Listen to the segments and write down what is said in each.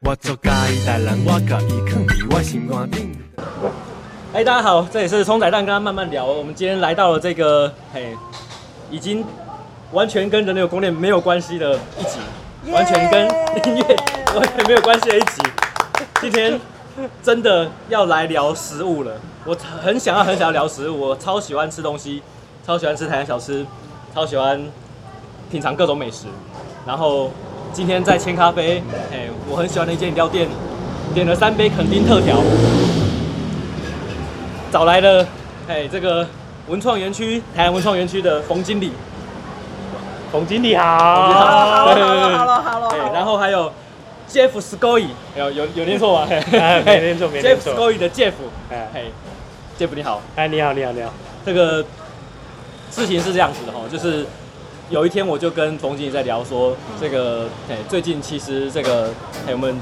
我做介代人，我甲伊囥伫我心肝顶。哎、大家好，这里是冲仔蛋，跟他慢慢聊。我们今天来到了这个，嘿，已经完全跟人类有攻略没有关系的一集完全跟音乐 完全没有关系的一集。今天真的要来聊食物了，我很想要很想要聊食物，我超喜欢吃东西，超喜欢吃台湾小吃，超喜欢品尝各种美食。然后今天在千咖啡，哎、我很喜欢的一间饮料店，点了三杯垦丁特调。找来了，哎，这个文创园区台南文创园区的冯经理，冯经理好，好对哎，然后还有 Jeff Scoy，有有有念错吗？ 嘿哎 没念错没念 Jeff 错 Scoy 的 Jeff，哎哎，Jeff 你好，哎，你好，你好，你好，这个事情是这样子的哈，就是有一天我就跟冯经理在聊说，这个哎，最近其实这个哎，我们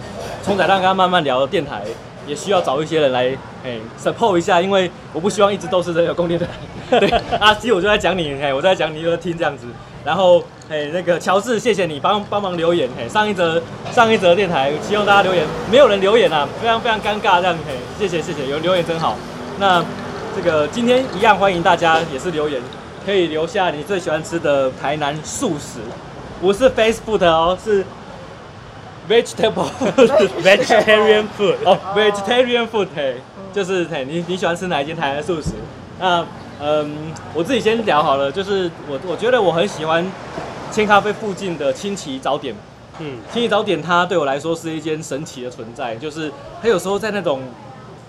冲仔蛋刚刚慢慢聊的电台。也需要找一些人来，哎、support 一下，因为我不希望一直都是这个攻略的。对，阿基我就在讲你，哎、我在讲你，就在听这样子。然后，哎、那个乔治，谢谢你帮帮忙留言，哎、上一则上一则电台，希望大家留言，没有人留言啊，非常非常尴尬这样，哎、谢谢谢谢，有留言真好。那这个今天一样欢迎大家也是留言，可以留下你最喜欢吃的台南素食，不是 Facebook 哦，是 vegetable ，vegetarian food，哦、v e g e t a r i a n food，嘿，就是嘿，你你喜欢吃哪一间台湾的素食？那嗯，我自己先聊好了，就是我我觉得我很喜欢千咖啡附近的清奇早点，嗯，清奇早点它对我来说是一间神奇的存在，就是它有时候在那种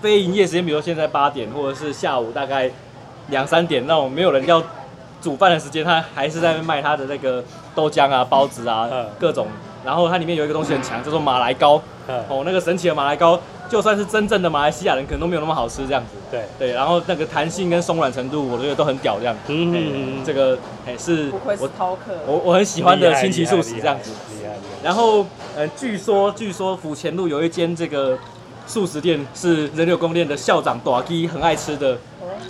非营业时间，比如说现在八点或者是下午大概两三点那种没有人要煮饭的时间，它还是在那边卖它的那个豆浆啊、包子啊嗯各种，然后它里面有一个东西很强，叫做马来糕。嗯，哦，那个神奇的马来糕，就算是真正的马来西亚人，可能都没有那么好吃这样子。对，对，然后那个弹性跟松软程度，我觉得都很屌这样。嗯嗯，这个哎、是不愧是我饕客，我我很喜欢的新奇素食这样子。厉害，厉害，厉害然后呃，据说据说府前路有一间这个素食店是人流宫殿的校长短基很爱吃的，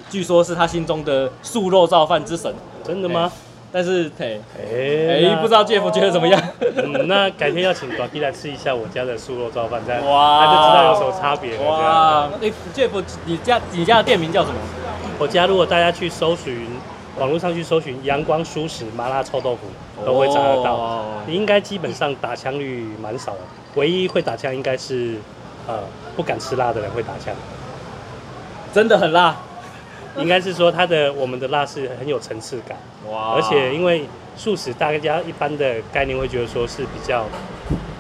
据说是他心中的素肉造饭之神。真的吗？但是哎哎哎、不知道，道 Jeff 觉得怎么样？嗯，那改天要请短弟来吃一下我家的素肉造饭，这样哇他就知道有什么差别了。这样， 哇，哎、Jeff，你家你家的店名叫什么？我家如果大家去搜寻网络上去搜寻阳光舒适麻辣臭豆腐，都会找得到。哦你应该基本上打枪率蛮少的，唯一会打枪应该是呃不敢吃辣的人会打枪。真的很辣，应该是说它的我们的辣是很有层次感，哇而且因为素食大家一般的概念会觉得说是比较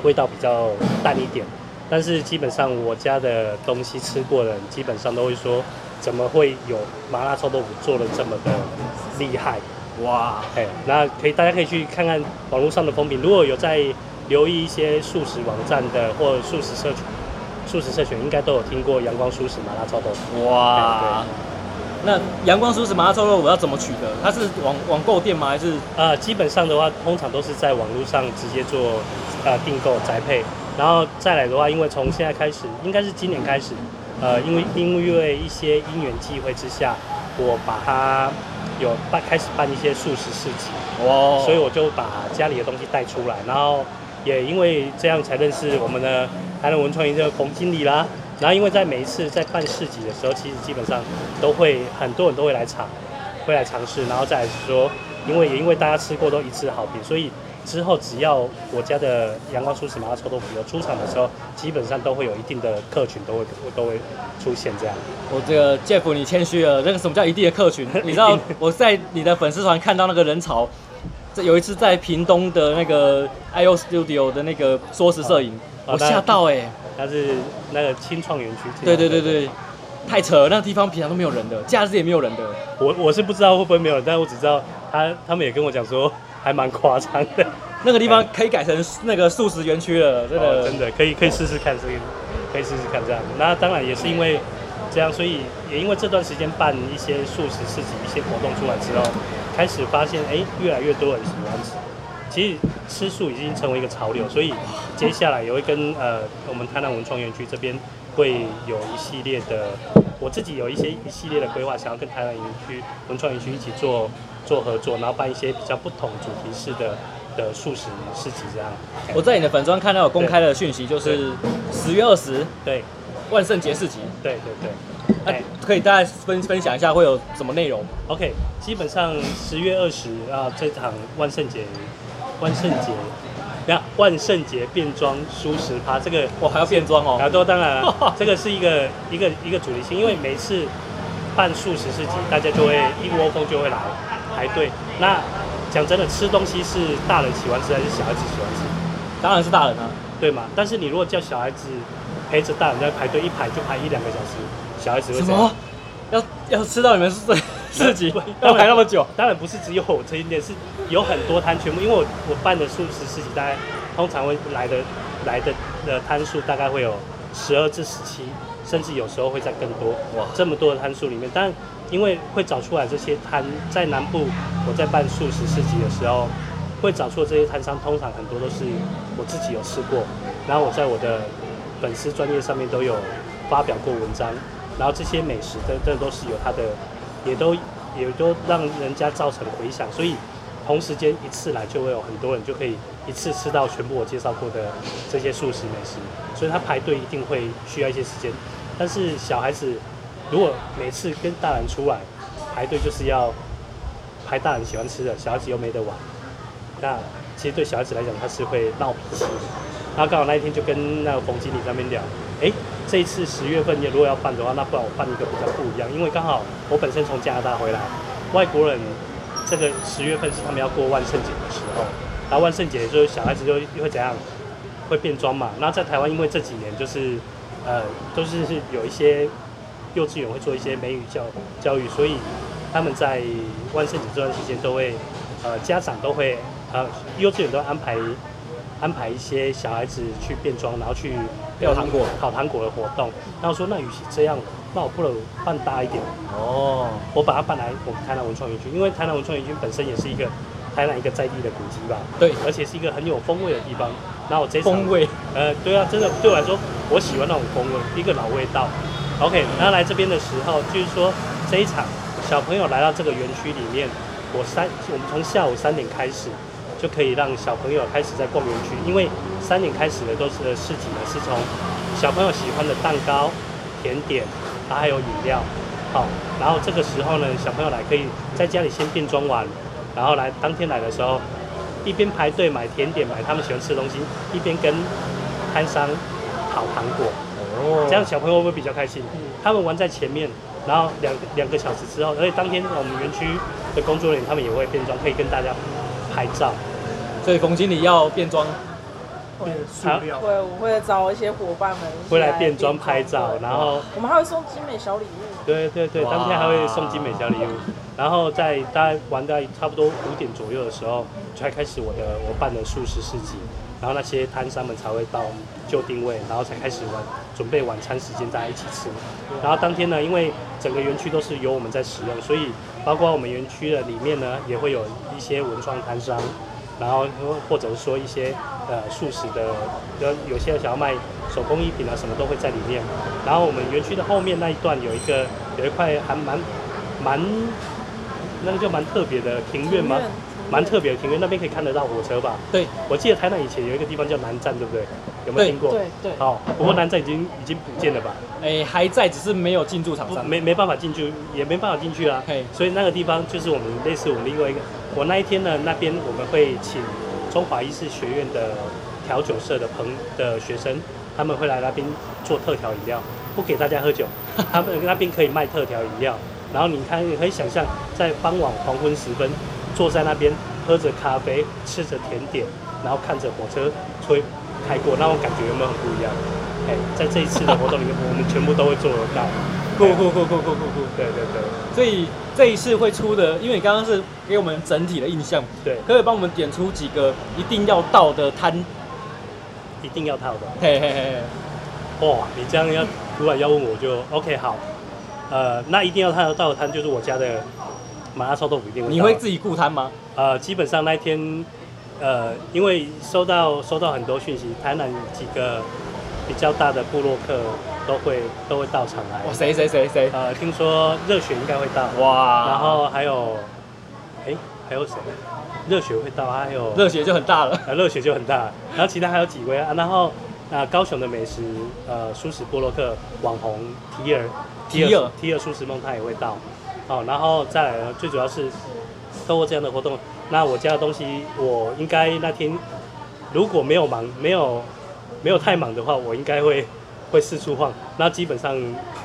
味道比较淡一点，但是基本上我家的东西吃过的人基本上都会说，怎么会有麻辣臭豆腐做的这么的厉害？哇，哎，那可以大家可以去看看网络上的风评，如果有在留意一些素食网站的或素食社群。素食社群应该都有听过阳光素食麻辣臭豆腐，哇，那阳光舒适麻辣臭豆腐我要怎么取得？它是网网购店吗？还是呃，基本上的话，通常都是在网络上直接做呃订购宅配，然后再来的话，因为从现在开始，应该是今年开始，呃，因为因为一些因缘际会之下，我把它有办开始办一些素食市集，哇所以我就把家里的东西带出来，然后也因为这样才认识我们的台南文创园的冯经理啦。然后因为在每一次在办市集的时候，其实基本上都会很多人都会来尝，会来尝试，然后再来说，因为也因为大家吃过都一致好评，所以之后只要我家的阳光素食麻辣臭豆腐有出场的时候，基本上都会有一定的客群都会都会出现这样。我这个 Jeff 你谦虚了，那个什么叫一地的客 群？你知道我在你的粉丝团看到那个人潮，这有一次在屏东的那个 IO Studio 的那个缩时摄影，好我的吓到哎、它是那个青创园区，对对对对，太扯了，那个地方平常都没有人的，假日也没有人的，我我是不知道会不会没有人，但我只知道他他们也跟我讲说还蛮夸张的，那个地方可以改成那个素食园区了，真的、哦真的可以可以试试看这个，可以试试看这样。那当然也是因为这样，所以也因为这段时间办一些素食市集、一些活动出来之后，开始发现哎、越来越多人喜欢吃。其实吃素已经成为一个潮流，所以接下来也会跟呃我们台南文创园区这边会有一系列的，我自己有一些一系列的规划，想要跟台南园区文创园区一起做做合作，然后办一些比较不同主题式的的素食市集这样。我在你的粉专看到有公开的讯息，就是十月二十对万圣节市集，对对对，那哎可以大家分分享一下会有什么内容？ OK，基本上十月二十啊，这场万圣节，万圣节，那万圣节变装舒适趴这个我还要变装然后哦，都当 然了，这个是一个一个一个主题性，因为每次办素食市集，大家就会一窝蜂就会来排队。那讲真的，吃东西是大人喜欢吃还是小孩子喜欢吃，当然是大人啊，对吗？但是你如果叫小孩子陪着大人在排队，一排就排一两个小时，小孩子会什怎样么？要要吃到你们 市市集不要排那么久？当然不是只有我这一点，是有很多摊全部，因为我我办的素食市集，大概通常会来的来的的摊数大概会有十二至十七，甚至有时候会再更多。哇这么多的摊数里面，但因为会找出来这些摊，在南部我在办素食市集的时候，会找出这些摊商，通常很多都是我自己有试过，然后我在我的粉丝专业上面都有发表过文章，然后这些美食等等都是有它的，也都也都让人家造成回响，所以同时间一次来就会有很多人就可以一次吃到全部我介绍过的这些素食美食，所以他排队一定会需要一些时间，但是小孩子如果每次跟大人出来排队就是要排大人喜欢吃的，小孩子又没得玩，那其实对小孩子来讲他是会闹脾气的。然后刚好那一天就跟那个冯经理在那边聊，哎，这一次十月份你如果要办的话，那不然我办一个比较不一样，因为刚好我本身从加拿大回来，外国人这个十月份是他们要过万圣节的时候，然后万圣节就是小孩子就会怎样，会变装嘛。然后在台湾，因为这几年就是呃都是有一些幼稚园会做一些美语教教育，所以他们在万圣节这段时间都会呃家长都会呃幼稚园都安排。安排一些小孩子去变装，然后去要糖果烤糖果的活动。然后说，那与其这样，那我不如办大一点，哦，我把它搬来我们台南文创园区，因为台南文创园区本身也是一个台南一个在地的古迹吧，对，而且是一个很有风味的地方。然后我这一场风，味呃，对啊，真的对我来说，我喜欢那种风味，一个老味道。OK，然后来这边的时候，就是说这一场小朋友来到这个园区里面，我三我们从下午三点开始就可以让小朋友开始在逛园区，因为三点开始的都是呃市集呢，是从小朋友喜欢的蛋糕、甜点，然后还有饮料，好，然后这个时候呢，小朋友来可以在家里先变装完，然后来当天来的时候，一边排队买甜点买他们喜欢吃的东西，一边跟摊商讨糖果，哦这样小朋友会不会比较开心？他们玩在前面，然后两两个小时之后，而且当天我们园区的工作人员他们也会变装，可以跟大家拍照。所以冯经理要变装，哦会塑好料，会，我会找一些伙伴们一起回来变装拍照，对然后我们还会送精美小礼物。对对对，哇当天还会送精美小礼物。然后在大概玩到差不多五点左右的时候，才开始我的我办的素食市集，然后那些摊商们才会到就定位，然后才开始玩准备晚餐时间大家一起吃。然后当天呢，因为整个园区都是由我们在使用，所以包括我们园区的里面呢，也会有一些文创摊商，然后或者是说一些呃素食的，有有些想要卖手工艺品啊，什么都会在里面。然后我们园区的后面那一段有一个有一块还蛮蛮那个就蛮特别的庭院吗庭院？蛮特别的庭院，那边可以看得到火车吧？对，我记得台南以前有一个地方叫南站，对不对？有没有对听过？对对，好、不过南站已经已经不见了吧？哎还在，只是没有进驻厂不商。没没办法进去，也没办法进去啊嘿。所以那个地方就是我们类似我们另外一个，我那一天呢，那边我们会请中华医师学院的调酒社的朋的学生，他们会来那边做特调饮料，不给大家喝酒，他们那边可以卖特调饮料。然后你看，你可以想象，在傍晚黄昏时分，坐在那边喝着咖啡，吃着甜点，然后看着火车吹开过，那种感觉有没有很不一样？哎，在这一次的活动里面，我们全部都会做得到。酷酷酷酷酷酷酷！对对对所以这一次会出的，因为你刚刚是给我们整体的印象，对可，不可以帮我们点出几个一定要到的摊？一定要套的。嘿嘿嘿嘿，哇，你这样要突然要问我就 OK 好，呃，那一定要套到的摊就是我家的麻辣臭豆腐一定会到。你会自己顾摊吗？呃，基本上那一天，呃，因为收到收到很多讯息，台南几个比较大的部落客都会都会到场来。哇，谁谁谁谁？呃，听说热血应该会到，哇，然后还有，哎、还有谁？热血会到，还有热血就很大了。呃，热血就很大。然后其他还有几位啊，然后啊、高雄的美食，呃，舒适波洛克网红提尔，提尔提尔舒适梦他也会到。好、然后再来呢，最主要是透过这样的活动，那我家的东西，我应该那天如果没有忙，没有没有太忙的话，我应该会会四处晃。那基本上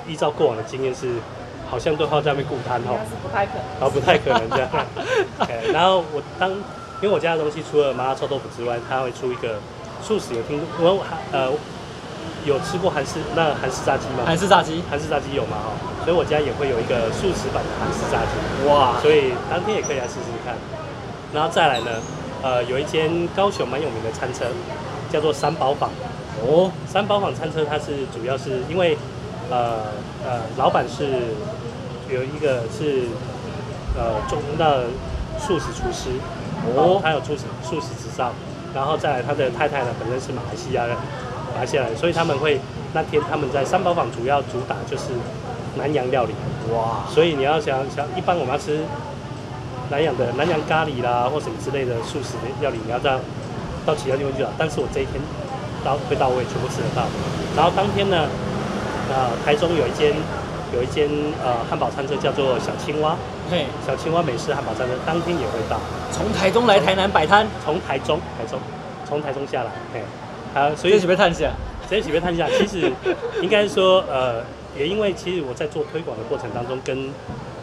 依照过往的经验是，好像都靠在那边顾哦摊应哈、该是不太可能。啊然后不太可能这样。 对然后我当因为我家的东西除了麻辣臭豆腐之外，它会出一个素食有听过我韩呃有吃过韩式那韩式炸鸡吗？韩式炸鸡，韩式炸鸡有吗？哈，所以我家也会有一个素食版的韩式炸鸡，哇，所以当天也可以来试试看。然后再来呢，呃，有一间高雄蛮有名的餐车，叫做三宝坊。哦，三宝坊餐车它是主要是因为，呃呃，老板是有一个是呃中的素食厨师，哦，哦他有素食素食执照，然后再来他的太太呢本身是马来西亚人，马来西亚人，所以他们会那天他们在三宝坊主要主打就是南洋料理，哇，所以你要想想，一般我们要吃南洋的南洋咖喱啦，或什么之类的素食料理，你要到到其他地方去找。但是我这一天到会到位，全部吃得到。然后当天呢，呃，台中有一间有一间呃汉堡餐车叫做小青蛙，嘿，小青蛙美式汉堡餐车，当天也会到，从台中来台南摆摊，从台中台中从台中下来，嘿，啊，所所以以准备探险。所以随便探一下，其实应该说，呃，也因为其实我在做推广的过程当中，跟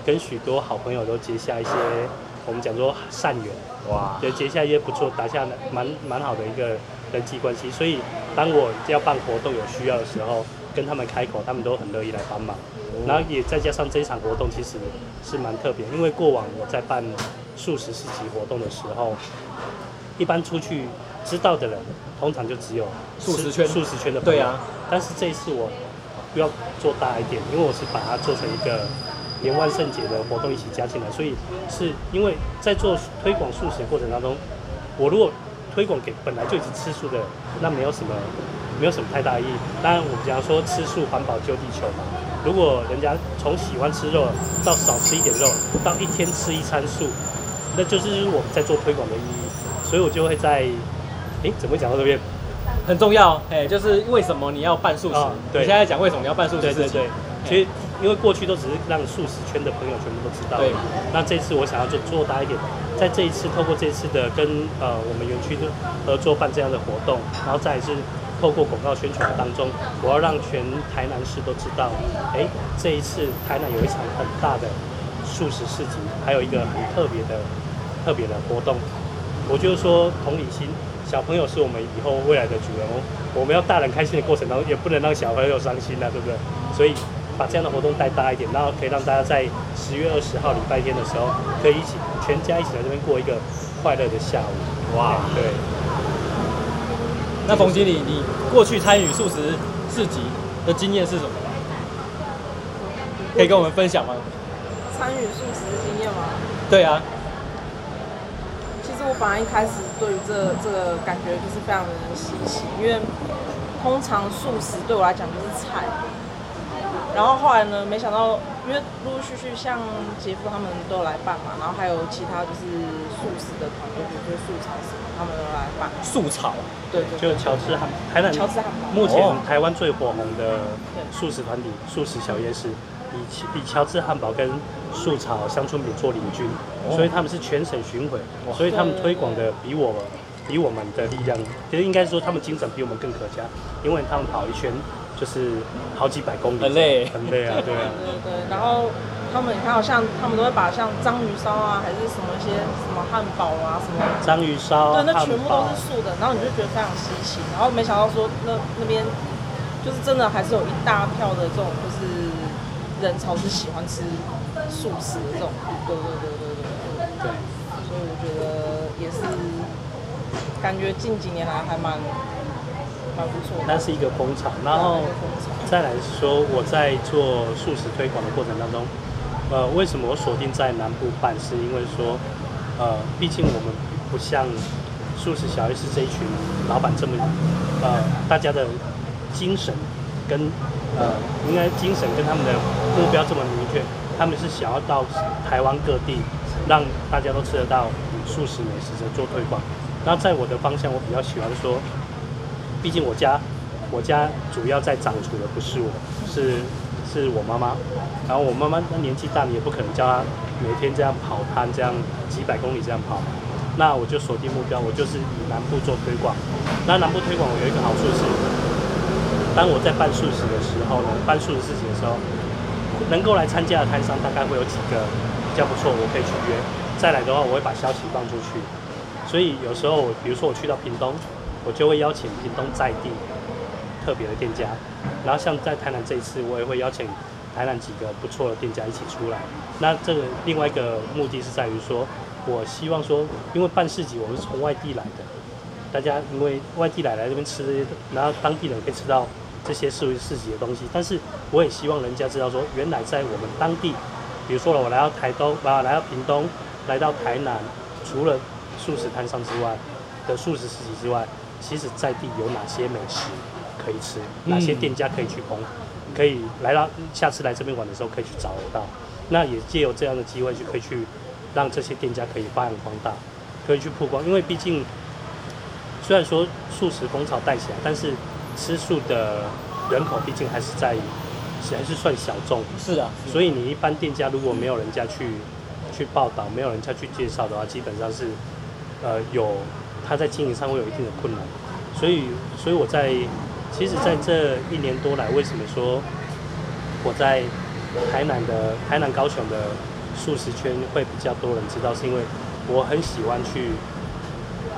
跟许多好朋友都结下一些我们讲说善缘，哇，也结下一些不错，打下蛮蛮好的一个人际关系。所以当我要办活动有需要的时候，跟他们开口，他们都很乐意来帮忙。然后也再加上这一场活动其实是蛮特别，因为过往我在办素食市集活动的时候，一般出去知道的人通常就只有素食吃圈素食圈的朋对友。啊，但是这一次我要做大一点，因为我是把它做成一个连万圣节的活动一起加进来，所以是因为在做推广素食的过程当中，我如果推广给本来就已经吃素的人，那没有什么没有什么太大意义。当然，我们讲说吃素环保救地球嘛。如果人家从喜欢吃肉到少吃一点肉，到一天吃一餐素，那就是我们在做推广的意义。所以我就会在，诶，怎么会讲到这边？很重要，哎，就是为什么你要办素食啊？对你现在讲为什么你要办素食对事对情对？，其实因为过去都只是让素食圈的朋友全部都知道对嘛，那这次我想要做做大一点，在这一次透过这一次的跟呃我们园区的合作办这样的活动，然后再来是透过广告宣传当中，我要让全台南市都知道，哎，这一次台南有一场很大的素食市集，还有一个很特别的特别的活动。我就是说同理心，小朋友是我们以后未来的主人翁，我们要大人开心的过程当中，也不能让小朋友伤心啊，对不对？所以把这样的活动带大一点，然后可以让大家在十月二十号礼拜天的时候，可以一起全家一起来这边过一个快乐的下午。哇，对，那冯经理，你过去参与素食市集的经验是什么？可以跟我们分享吗？参与素食的经验吗？对啊，其实我本来一开始对于这这个感觉就是非常的稀奇，因为通常素食对我来讲就是菜。然后后来呢，没想到，因为陆陆续续像杰夫他们都有来办嘛，然后还有其他就是素食的团队，比如说素材什么，他们都有来办。素草，对对就乔治汉台南乔治汉堡目前哦台湾最火红的对素食团体素食小夜市，以其以乔治汉堡跟素炒乡村饼做领军，哦所以他们是全省巡回，哇所以他们推广的比我们比我们的力量，其实应该说他们精神比我们更可嘉，因为他们跑一圈就是好几百公里，很累很累啊，对啊。对对，然后他们你看，好像他们都会把像章鱼烧啊，还是什么一些什么汉堡啊，什么，章鱼烧、对，汉那全部都堡是，素的，然后你就觉得非常稀奇，然后没想到说那那边就是真的还是有一大票的这种就是人潮是喜欢吃素食的这种，对对对对对对，对，所以我觉得也是感觉近几年来还蛮蛮不错的，那是一个风潮，然后。再来说，我在做素食推广的过程当中，呃，为什么我锁定在南部办，是因为说，呃，毕竟我们不像素食小 S 这一群老板这么，呃，大家的精神跟呃，应该精神跟他们的目标这么明确，他们是想要到台湾各地让大家都吃得到素食美食的做推广。那在我的方向，我比较喜欢说，毕竟我家我家主要在掌厨的不是我，是是我妈妈。然后我妈妈她年纪大，你也不可能叫她每天这样跑摊，这样几百公里这样跑。那我就锁定目标，我就是以南部做推广。那南部推广我有一个好处是，当我在办素食的时候呢，办素食事情的时候，能够来参加的摊商大概会有几个比较不错，我可以去约。再来的话，我会把消息放出去。所以有时候我，比如说我去到屏东，我就会邀请屏东在地特别的店家，然后像在台南这一次，我也会邀请台南几个不错的店家一起出来。那这个另外一个目的是在于说，我希望说，因为办市集我们是从外地来的，大家因为外地来来这边吃这些，然后当地人可以吃到这些市市集的东西，但是我也希望人家知道说，原来在我们当地，比如说我来到台东，啊，来到屏东，来到台南，除了素食摊商之外的素食市集之外，其实在地有哪些美食可以吃，哪些店家可以去烹，可以来到下次来这边玩的时候可以去找得到。那也借由这样的机会，就可以去让这些店家可以发扬光大，可以去曝光，因为毕竟虽然说素食风潮带起来，但是吃素的人口毕竟还是在还是算小众，是啊，所以你一般店家如果没有人家去去报道，没有人家去介绍的话，基本上是呃有他在经营上会有一定的困难。所以，所以我在其实在这一年多来，为什么说我在台南的台南高雄的素食圈会比较多人知道，是因为我很喜欢去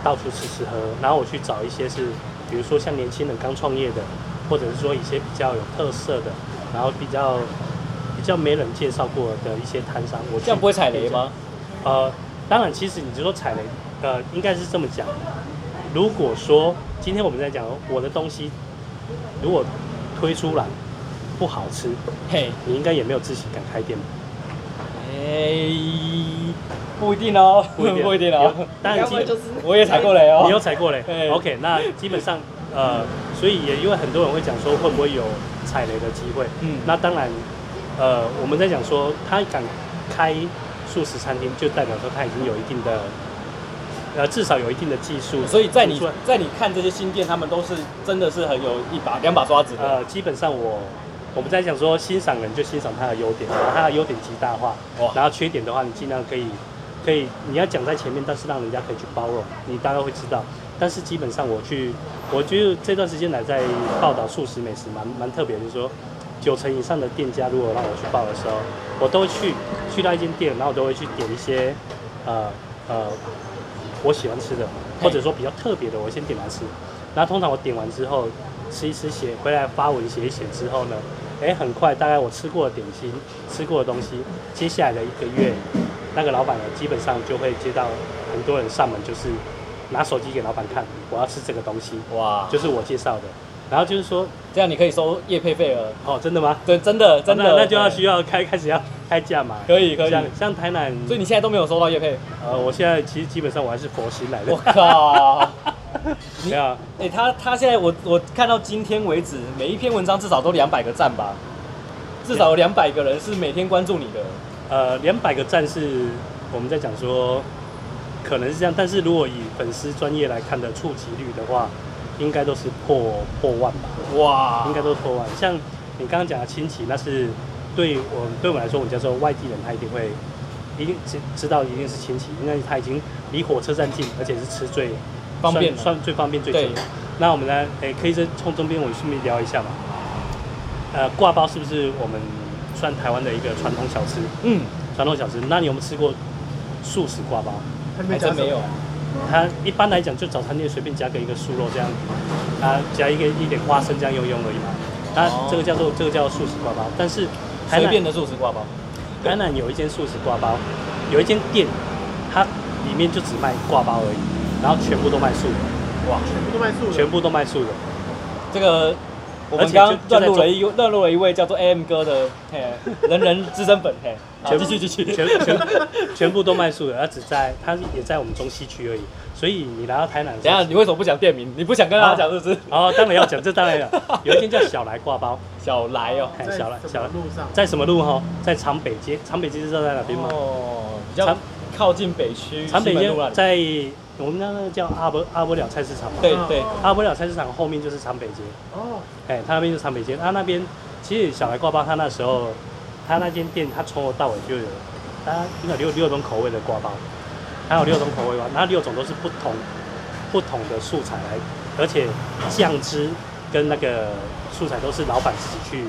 到处吃吃喝，然后我去找一些是，比如说像年轻人刚创业的，或者是说一些比较有特色的，然后比较比较没人介绍过的一些摊商，我去这样不会踩雷吗？呃，当然，其实你就说踩雷，呃，应该是这么讲。如果说今天我们在讲我的东西，如果推出来不好吃，嘿，你应该也没有自信敢开店 吧？哎，不一定哦，啊不一定哦有，当然要基不然本就是我也踩过雷哦，你有踩过嘞 对？OK，那基本上呃，所以也因为很多人会讲说会不会有踩雷的机会，嗯那当然，呃，我们在讲说他敢开素食餐厅，就代表说他已经有一定的，呃，至少有一定的技术，所以在你做出来在你看这些新店，他们都是真的是很有一把两把抓子的。呃，基本上我我们在讲说欣赏人就欣赏他的优点，把他的优点极大化哇，然后缺点的话你尽量可以可以你要讲在前面，但是让人家可以去包容，你大概会知道。但是基本上我去，我就这段时间来在报道素食美食蛮蛮特别，就是说九成以上的店家如果让我去报的时候，我都会去去到一间店，然后我都会去点一些呃呃我喜欢吃的，嘿或者说比较特别的，我先点来吃。然后通常我点完之后，吃一吃写回来发文写一写之后呢，哎，很快大概我吃过的点心、吃过的东西，接下来的一个月，那个老板呢基本上就会接到很多人上门，就是拿手机给老板看，我要吃这个东西，嗯哇，就就是我介绍的。然后就是说，这样你可以收业配费了。哦，真的吗？对，真的真的，那那就要需要。要开开始要开价嘛。可以可以像像台南，所以你现在都没有收到业 配，呃，我现在其实基本上我还是佛心来的我。靠！对啊，哎、他他现在我我看到今天为止，每一篇文章至少都两百个赞吧，至少有两百个人是每天关注你的。呃，两百个赞是我们在讲说，可能是这样，但是如果以粉丝专业来看的触及率的话，应该都是破破万吧，哇应该都是破万。像你刚刚讲的亲戚，那是对我对我们来说，我们叫做外地人，他一定会一定知知道一定是亲戚，因为他已经离火车站近，而且是吃最方便算了。算最方便最对近。那我们来，诶，可以在从这边我们顺便聊一下嘛。呃，挂包是不是我们算台湾的一个传统小吃？嗯，传统小吃，那你有没有吃过素食挂包？还真没有。它一般来讲就早餐店随便加个一个素肉这样，啊，加一个一点花生这样用用而已嘛。它哦这个叫做这个叫素食挂包，但是台随南便的素食挂包。台南有一间素食挂包，有一间店，它里面就只卖挂包而已，然后全部都卖素的，哇，都卖素全的，部都卖素的。这个我而们且刚就就乱在入中了一乱入了一位叫做 AM 哥的嘿，人人资深粉嘿，好全啊继续继续。全全全部都卖素的，它只在它也在我们中西区而已。所以你来到台南的时等一候，下你为什么不讲店名？你不想跟大家讲是不是？哦，当然要讲，这当然要讲。有一间叫小来挂包，小来哦，哎在小来什么小来路上，在什么路哈？在长北街，长北街知道在哪边吗？哦，比较长靠近北区产北西街门路那里，在我们那个叫阿伯阿伯了菜市场嘛，对对阿伯了菜市场后面就是长北街，哦，哎，他那边就是长北街，他那边其实小来挂包，他那时候他那间店，他从头到尾就有，他应该有六六种口味的挂包，他有六种口味吧，那六种都是不同不同的素材来，而且酱汁跟那个素材都是老板自己去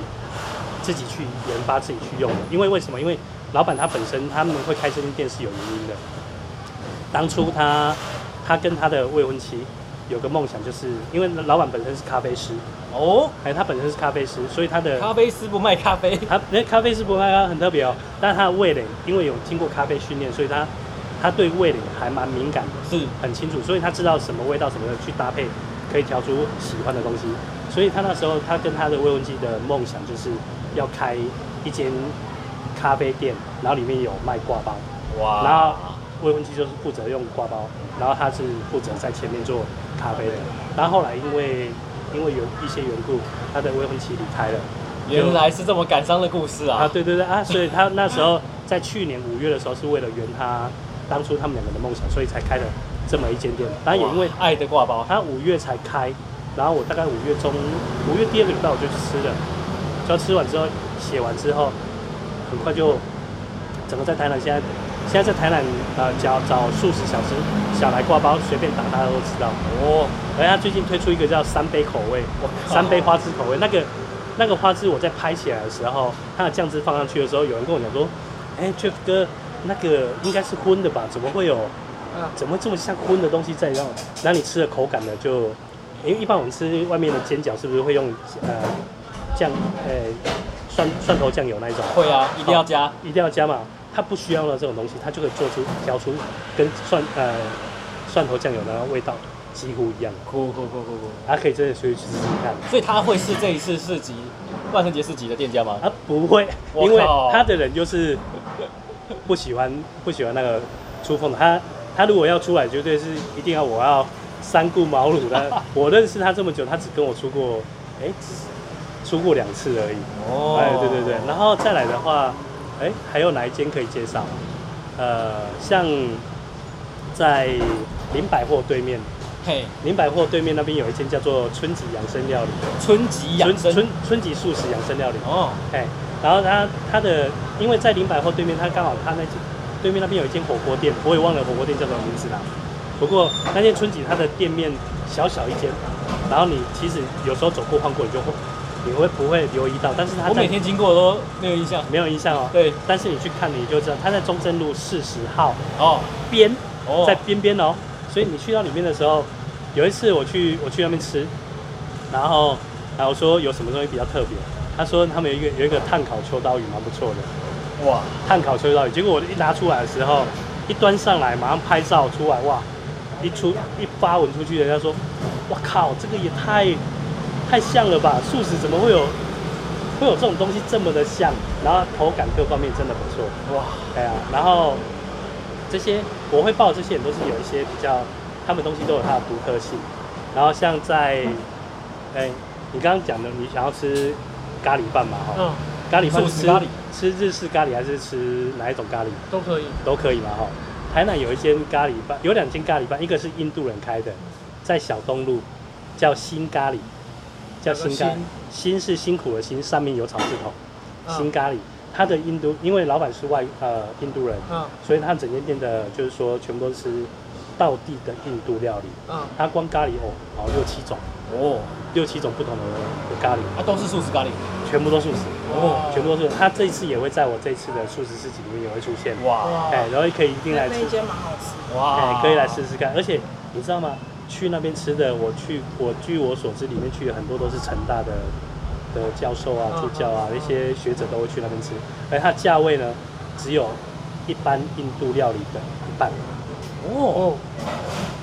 自己去研发、自己去用的。因为为什么？因为老板他本身他们会开这间店是有原因的。当初他他跟他的未婚妻有个梦想，就是因为老板本身是咖啡师，哦，哎，他本身是咖啡师，所以他的咖啡师不卖咖 啡，他那咖啡师不卖啊，很特别哦。但是他的味蕾因为有经过咖啡训练，所以他他对味蕾还蛮敏感的，是很清楚，所以他知道什么味道什么的去搭配，可以调出喜欢的东西。所以他那时候他跟他的未婚妻的梦想就是要开一间咖啡店，然后里面有卖挂包，啊然后未婚妻就是负责用挂包，然后他是负责在前面做咖啡的。然后后来因为因为有一些缘故，他的未婚妻离开了。原来是这么感伤的故事啊，啊！对对对啊，所以他那时候在去年五月的时候，是为了圆他当初他们两个的梦想，所以才开了这么一间店。当然也因为哇爱的挂包，他五月才开，然后我大概五月中，五月第二个礼拜我就去吃了，就吃完之后写完之后，很快就整个在台南现在现在在台南呃找找素食小吃小来挂包，随便打大家都知道。哦，而他最近推出一个叫三杯口味我，靠三杯花枝口味。那个那个花枝，我在拍起来的时候，它的酱汁放上去的时候，有人跟我讲说：“哎、j e f f 哥，那个应该是荤的吧？怎么会有？啊怎么会这么像荤的东西在那？那你吃的口感呢？就因为一般我们吃外面的煎饺，是不是会用呃酱呃蒜蒜头酱油那一种？会啊，一定要加，一定要加嘛，它不需要了这种东西，它就可以做出调出跟蒜呃蒜头酱油的味道几乎一样。酷酷酷酷酷！他可以真的出去试试看。所以他会是这一次市集万圣节市集的店家吗？啊，不会，我靠因为他的人就是不喜欢不喜欢那个出风头。他他如果要出来，绝对是一定要我要三顾茅庐的。 我认识他这么久，他只跟我出过，哎、出过两次而已。哦哎，对对对，然后再来的话，哎，还有哪一间可以介绍？呃，像在林百货对面，嘿，林百货对面那边有一间叫做春吉养生料理，春吉养生春春春吉素食养生料理。哦，哎，然后它它的因为在林百货对面，它刚好它那间对面那边有一间火锅店，我也忘了火锅店叫什么名字啦。不过那间春吉它的店面小小一间，然后你其实有时候走过晃过，你就会你会不会留意到？但是它我在每天经过都没有印象。没有印象哦。对，但是你去看你就知道，它在中正路四十号哦边，哦，在边边哦。所以你去到里面的时候，有一次我去我去那边吃，然后然后我说有什么东西比较特别，他说他们有一个有一个炭烤秋刀鱼蛮不错的，哇，炭烤秋刀鱼。结果我一拿出来的时候，一端上来马上拍照出来，哇！一出一发文出去，人家说，哇靠，这个也太太像了吧？素食怎么会有会有这种东西这么的像？然后口感各方面真的不错，哇，对啊。然后这些我会报这些人都是有一些比较，他们东西都有它的独特性。然后像在，哎、你刚刚讲的，你想要吃咖喱饭嘛？哈、嗯，咖喱饭素是食吃咖喱吃日式咖喱还是吃哪一种咖喱都可以。都可以嘛哈。台南有一间咖喱饭，有两间咖喱饭，一个是印度人开的，在小东路，叫新咖喱，叫新咖喱哪个新，新是辛苦的辛，上面有草字头，嗯新咖喱。它的印度，因为老板是外呃印度人，嗯所以它整间店的就是说全部都是道地的印度料理。嗯，它光咖喱哦，好六七种，哦，六七种不同的的咖喱，啊，都是素食咖喱，全部都素食。哦，全部都是。他这一次也会在我这一次的素食市集里面也会出现。哇哎，然后可以一定那来那吃一，间蛮好吃哇哎，，可以来试试看。而且你知道吗？去那边吃的，我去，我据我所知，里面去的很多都是成大的的教授啊、嗯助教啊，嗯一些学者都会去那边吃。而它价位呢，只有一般印度料理的一半。哦，哦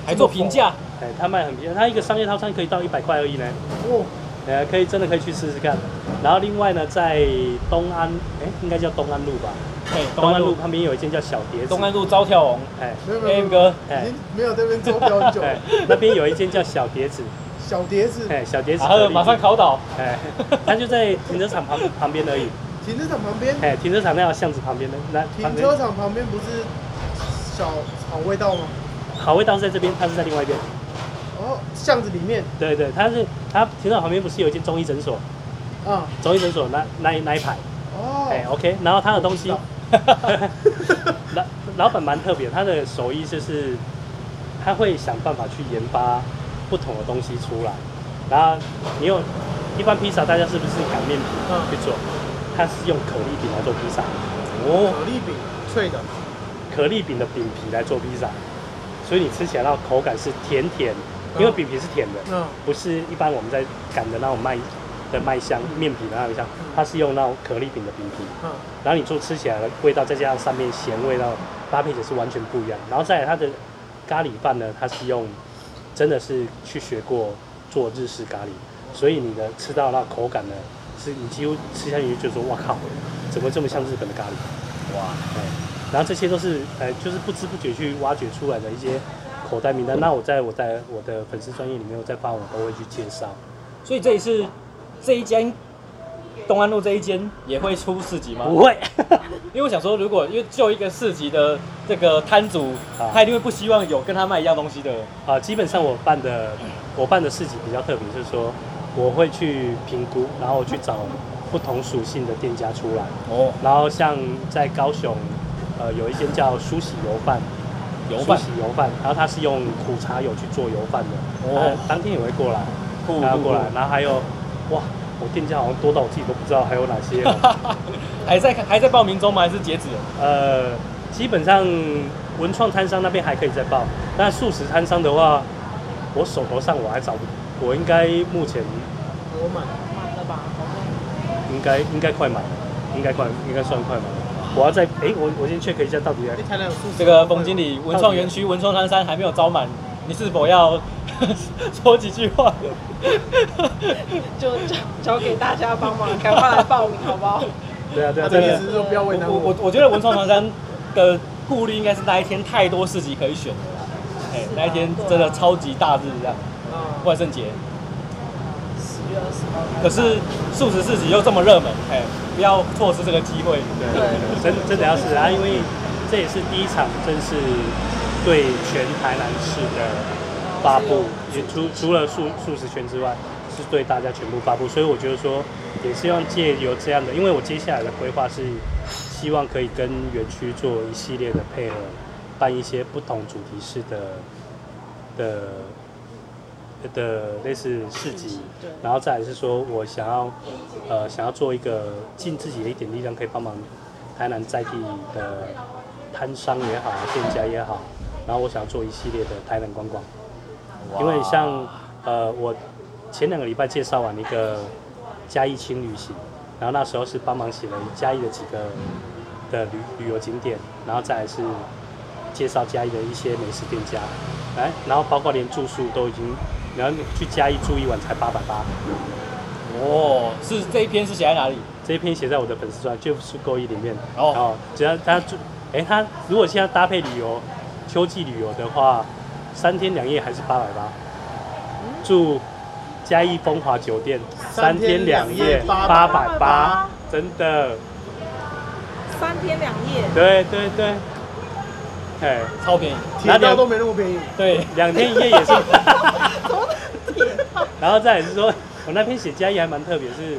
还做评价，哎，它卖很便宜，它一个商业套餐可以到一百块而已呢。哦，呃，可以真的可以去试试看。然后另外呢，在东安，哎，应该叫东安路吧？嘿，东安路，旁边有一间叫小碟子，东安路招跳王哎没有没有，M 没有，哥，哎已经没有在那边坐标很久哎了。，那边有一间叫小碟子，小碟子，哎，小碟子然可后丽马上饼，考倒，哎，它就在停车场旁旁边而已，哎停车场旁边，哎，停车场那条巷子旁边的那停旁边车场旁边不是找好味道吗？好味道是在这边，它是在另外一边。哦，巷子里面对对，它是它停车场旁边不是有一间中医诊所？啊，中医诊所那那一那一排，哎、哦， o k 然后它的东西我，老 老板蛮特别，他的手艺就是他会想办法去研发不同的东西出来，然后你有一般披萨大家是不是擀面皮嗯去做？他是用可丽饼来做披萨，可丽饼脆的，可丽饼的饼皮来做披萨，所以你吃起来那口感是甜甜，因为嗯饼皮是甜的。嗯，不是一般我们在擀的那种麦的麦香面皮的那种香，它是用那种可丽饼的饼皮，嗯，然后你做吃起来的味道，再加上上面咸味道搭配起来是完全不一样。然后再来它的咖喱饭呢，它是用真的是去学过做日式咖喱，所以你的吃到那口感呢，是你几乎吃下去你就觉得说哇靠，怎么这么像日本的咖喱？哇，哎，然后这些都是呃，就是不知不觉去挖掘出来的一些口袋名单。那我在我在我的粉丝专业里面，我在发文都会去介绍。所以这一次这一间东安路这一间也会出市集吗？不会，因为我想说，如果因为就一个市集的这个摊主啊，他一定会不希望有跟他卖一样东西的。啊，基本上我办的我办的市集比较特别，就是说我会去评估，然后去找不同属性的店家出来。哦，然后像在高雄，呃，有一间叫苏喜油饭，油饭苏喜油饭，然后它是用苦茶油去做油饭的。哦哦，当天也会过来。酷然后酷过来酷，然后还有，哇，我店家好像多到我自己都不知道还有哪些哦。还在还在报名中吗？还是截止了？呃，基本上文创摊商那边还可以再报，但素食摊商的话，我手头上我还找不，我应该目前我买，满了吧？好像应该应该快满了，应该快应该算快满了。我要再哎，我我先 check 一下到底还哎，台南有素食这个冯经理，文创园区文创摊山还没有招满，你是否要 说几句话？就就交给大家帮忙，赶快来报名好不好？对啊对啊他对的啊意思是说不要为难我我我，我觉得文创唐山的顾虑应该是那一天太多市集可以选了啦，哎、是啊嗯那一天真的超级大日这样，啊，万圣节。十月二十号可开始。是素食市集又这么热门，哎、不要错失这个机会。对啊对啊对啊真真的要是啊，因为这也是第一场正式对全台南市的发布，也除除了素素食圈之外，是对大家全部发布。所以我觉得说，也是要借由这样的，因为我接下来的规划是希望可以跟园区做一系列的配合，办一些不同主题式的的的类似市集对，然后再来是说我想要呃想要做一个尽自己的一点力量，可以帮忙台南在地的摊商也好，店家也好，然后我想要做一系列的台南观光。因为像呃，我前两个礼拜介绍完一个嘉义轻旅行，然后那时候是帮忙写了嘉义的几个的旅旅游景点，然后再来是介绍嘉义的一些美食店家，哎，然后包括连住宿都已经，然后去嘉义住一晚才八百八，哦，是这一篇是写在哪里？这一篇写在我的粉丝专 Jeff 是勾一里面，哦然后只要他住，哎，他如果现在搭配旅游，秋季旅游的话，三天两夜还是八百八，住嘉义风华酒店三天两夜八百880八，真的，三天两 夜，对对对，哎，超便宜。铁道都没那么便宜，对，两天一夜也是，天啊然后再来是说，我那篇写嘉义还蛮特别，是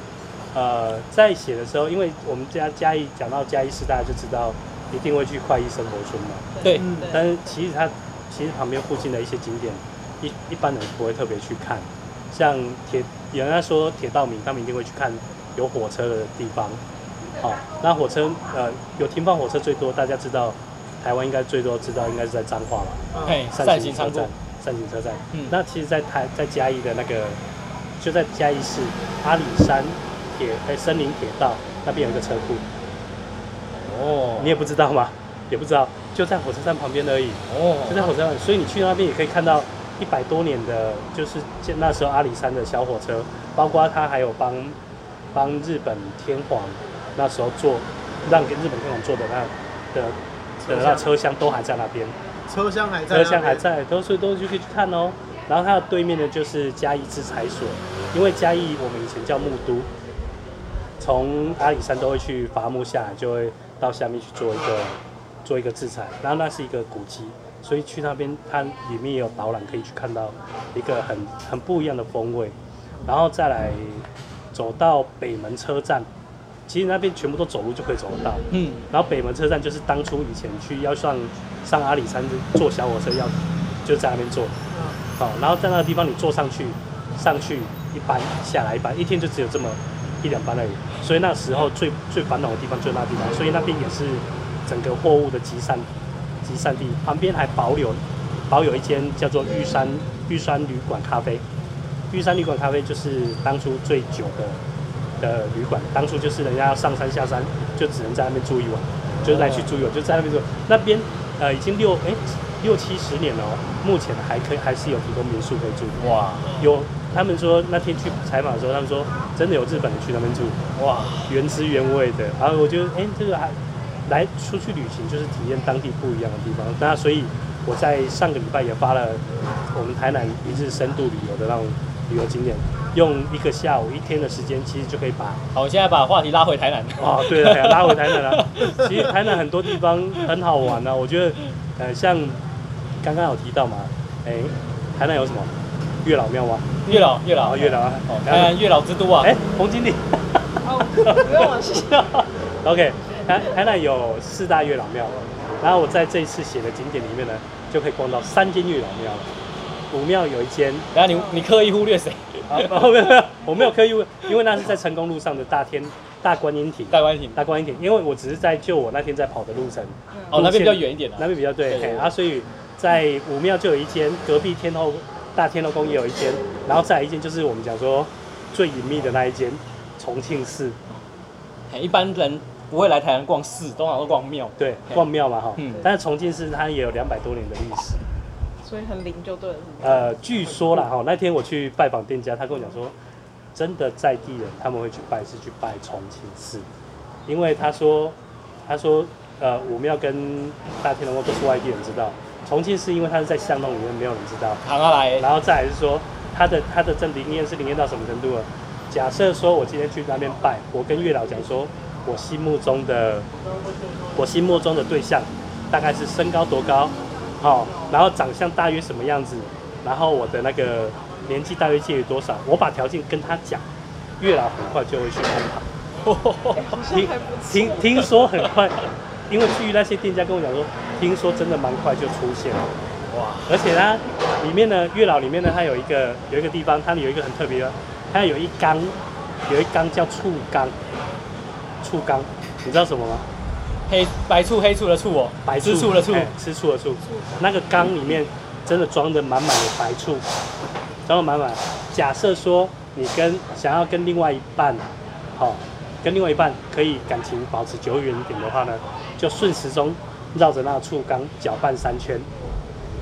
呃，在写的时候，因为我们家嘉义讲到嘉义市，大家就知道一定会去快意生活村嘛。对嗯但是其实它其实旁边附近的一些景点，一一般人不会特别去看，像铁有人家说铁道迷，他们一定会去看有火车的地方。好、那火车呃有停放火车最多，大家知道台湾应该最多知道应该是在彰化吧，啊嘿，扇扇形形车仓库站。，扇形车站。嗯那其实在台在嘉义的那个就在嘉义市阿里山铁哎森林铁道那边有一个车库，哦你也不知道吗？也不知道，就在火车站旁边而已。就在哦，火车站，所以你去那边也可以看到一百多年的，就是建那时候阿里山的小火车，包括他还有帮帮日本天皇那时候做，让给日本天皇做的那的的那车厢都还在那边，车厢还在，啊车厢还，在，都是都是可以去看哦。然后它的对面呢就是嘉义制裁所，因为嘉义我们以前叫木都，从阿里山都会去伐木下来，就会到下面去做一个做一个制裁，然后那是一个古迹，所以去那边它里面也有导览可以去看到一个很很不一样的风味，然后再来走到北门车站，其实那边全部都走路就可以走得到。嗯，然后北门车站就是当初以前去要上上阿里山坐小火车要，就在那边坐，好、然后在那个地方你坐上去，上去一班，下来一班，一天就只有这么一两班而已，所以那时候最最烦恼的地方就是那地方，所以那边也是整个货物的集散集散地，旁边还保留保有一间叫做玉山玉山旅馆咖啡，玉山旅馆咖啡就是当初最久的的旅馆，当初就是人家要上山下山，就只能在那边住一晚，就是来去住一晚，就在那边住。那边呃已经六哎、六七十年了、哦，目前还可以还是有提供民宿可以住。哇有他们说那天去采访的时候，他们说真的有日本人去那边住，哇，原汁原味的。然后我觉得哎、这个还来出去旅行就是体验当地不一样的地方。那所以我在上个礼拜也发了我们台南一日深度旅游的那种旅游景点，用一个下午一天的时间，其实就可以把好，我现在把话题拉回台南。哦，对了，拉回台南 了。其实台南很多地方很好玩啊，我觉得，呃，像刚刚有提到嘛，哎，台南有什么月老庙啊？月老，月老，哦月老啊哦，台南月老之都啊。哎，洪经理哦，不用了，谢谢。 ，OK，台台南有四大月老庙了，然后我在这一次写的景点里面呢，就可以逛到三间月老庙了。武庙有一间，然后你你刻意忽略谁？ 啊， 不没有没有，我没有刻意问，因为那是在成功路上的大天大观音亭，戴冠廷。大观音亭，因为我只是在就我那天在跑的路程。哦，那边比较远一点那啊。边比较对，对对嘿对啊，所以在武庙就有一间，隔壁天后大天后宫也有一间，然后再来一间就是我们讲说最隐秘的那一间重庆寺，嘿一般人不会来台南逛寺，通常都逛庙。对，嘿逛庙嘛哈，嗯但是重庆寺它也有两百多年的历史， 所以很灵就对了，是吗呃，据说啦哈，那天我去拜访店家，他跟我讲说，真的在地人他们会去拜是去拜重庆寺，因为他说他说呃武庙跟大天后宫都是外地人知道，重庆寺因为它是在巷弄里面没有人知道。唐阿啊来，然后再来是说，他的他的这灵验是灵验到什么程度了？假设说我今天去那边拜，我跟月老讲说，我心目中的我心目中的对象大概是身高多高，好、然后长相大约什么样子，然后我的那个年纪大约介于多少，我把条件跟他讲，月老很快就会去安哎排。好像听还不错听。听说很快，因为去那些店家跟我讲说，听说真的蛮快就出现了。哇！而且它里面呢，月老里面呢，它有一个有一个地方，它有一个很特别的，它有一缸，有一缸叫醋缸，醋缸，你知道什么吗？黑白醋黑醋的醋哦，白吃醋的醋。哎吃醋的醋。那个缸里面真的装的满满的白醋，装的满满。假设说你跟想要跟另外一半，好、跟另外一半可以感情保持久远一点的话呢，就顺时钟绕着那个醋缸搅拌三圈，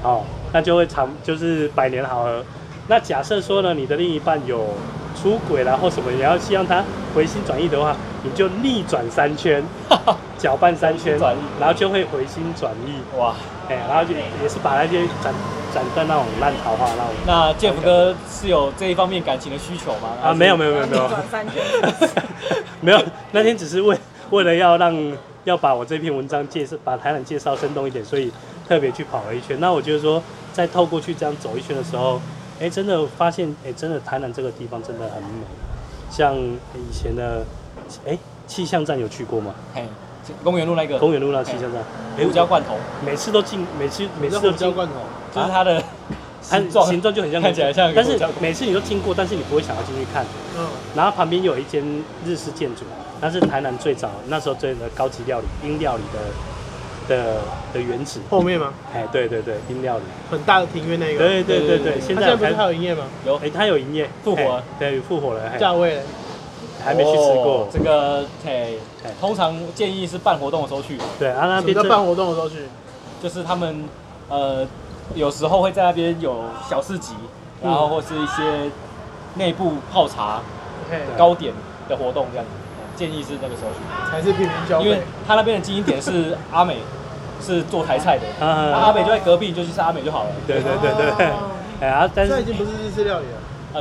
哦，那就会长就是百年好合。那假设说呢，你的另一半有出轨啦或什么，你要希望他回心转意的话，你就逆转三 圈，搅拌三圈，转意然后就会回心转意，哇，哎，然后就也是把那些斩斩断那种烂桃花那种。那 Jeff 哥是有这一方面感情的需求吗？啊，没有没有没有没有逆转三圈， 没有，那天只是为 为了要让要把我这篇文章介绍，把台南介绍生动一点，所以特别去跑了一圈。那我觉得说，在透过去这样走一圈的时候，哎、真的发现，哎、真的台南这个地方真的很美。像以前的，哎、气象站有去过吗？嘿，公园路那个公园路那气象站，哎、胡椒罐头，每次都进，每次每你次是都胡进椒，罐头，就是啊它的它形状，形状就很像，看起来像一个但胡是椒罐每次你都经过，但是你不会想要进去看。嗯，然后旁边有一间日式建筑，那是台南最早那时候最的高级料理冰料理的的的原址。后面吗？哎，对对对，冰料理。很大的庭院那个，对对对对，现它现在在不是还还有营业吗？有哎，它有营业复活哎对，复活了，哎价位嘞，还没去吃过哦。这个嘿嘿，通常建议是办活动的时候去，对啊，那什么边叫真办活动的时候去？就是他们呃有时候会在那边有小市集，然后或是一些内部泡茶、嘿对糕点的活动这样子。建议是那个时候去，还是平民消因为费？他那边的经营点是阿美，是做台 菜的，啊阿啊，美就在隔壁，你就去吃阿美就好了。对对对 对。哦哎啊，但哦现是在已经不是日式料理了，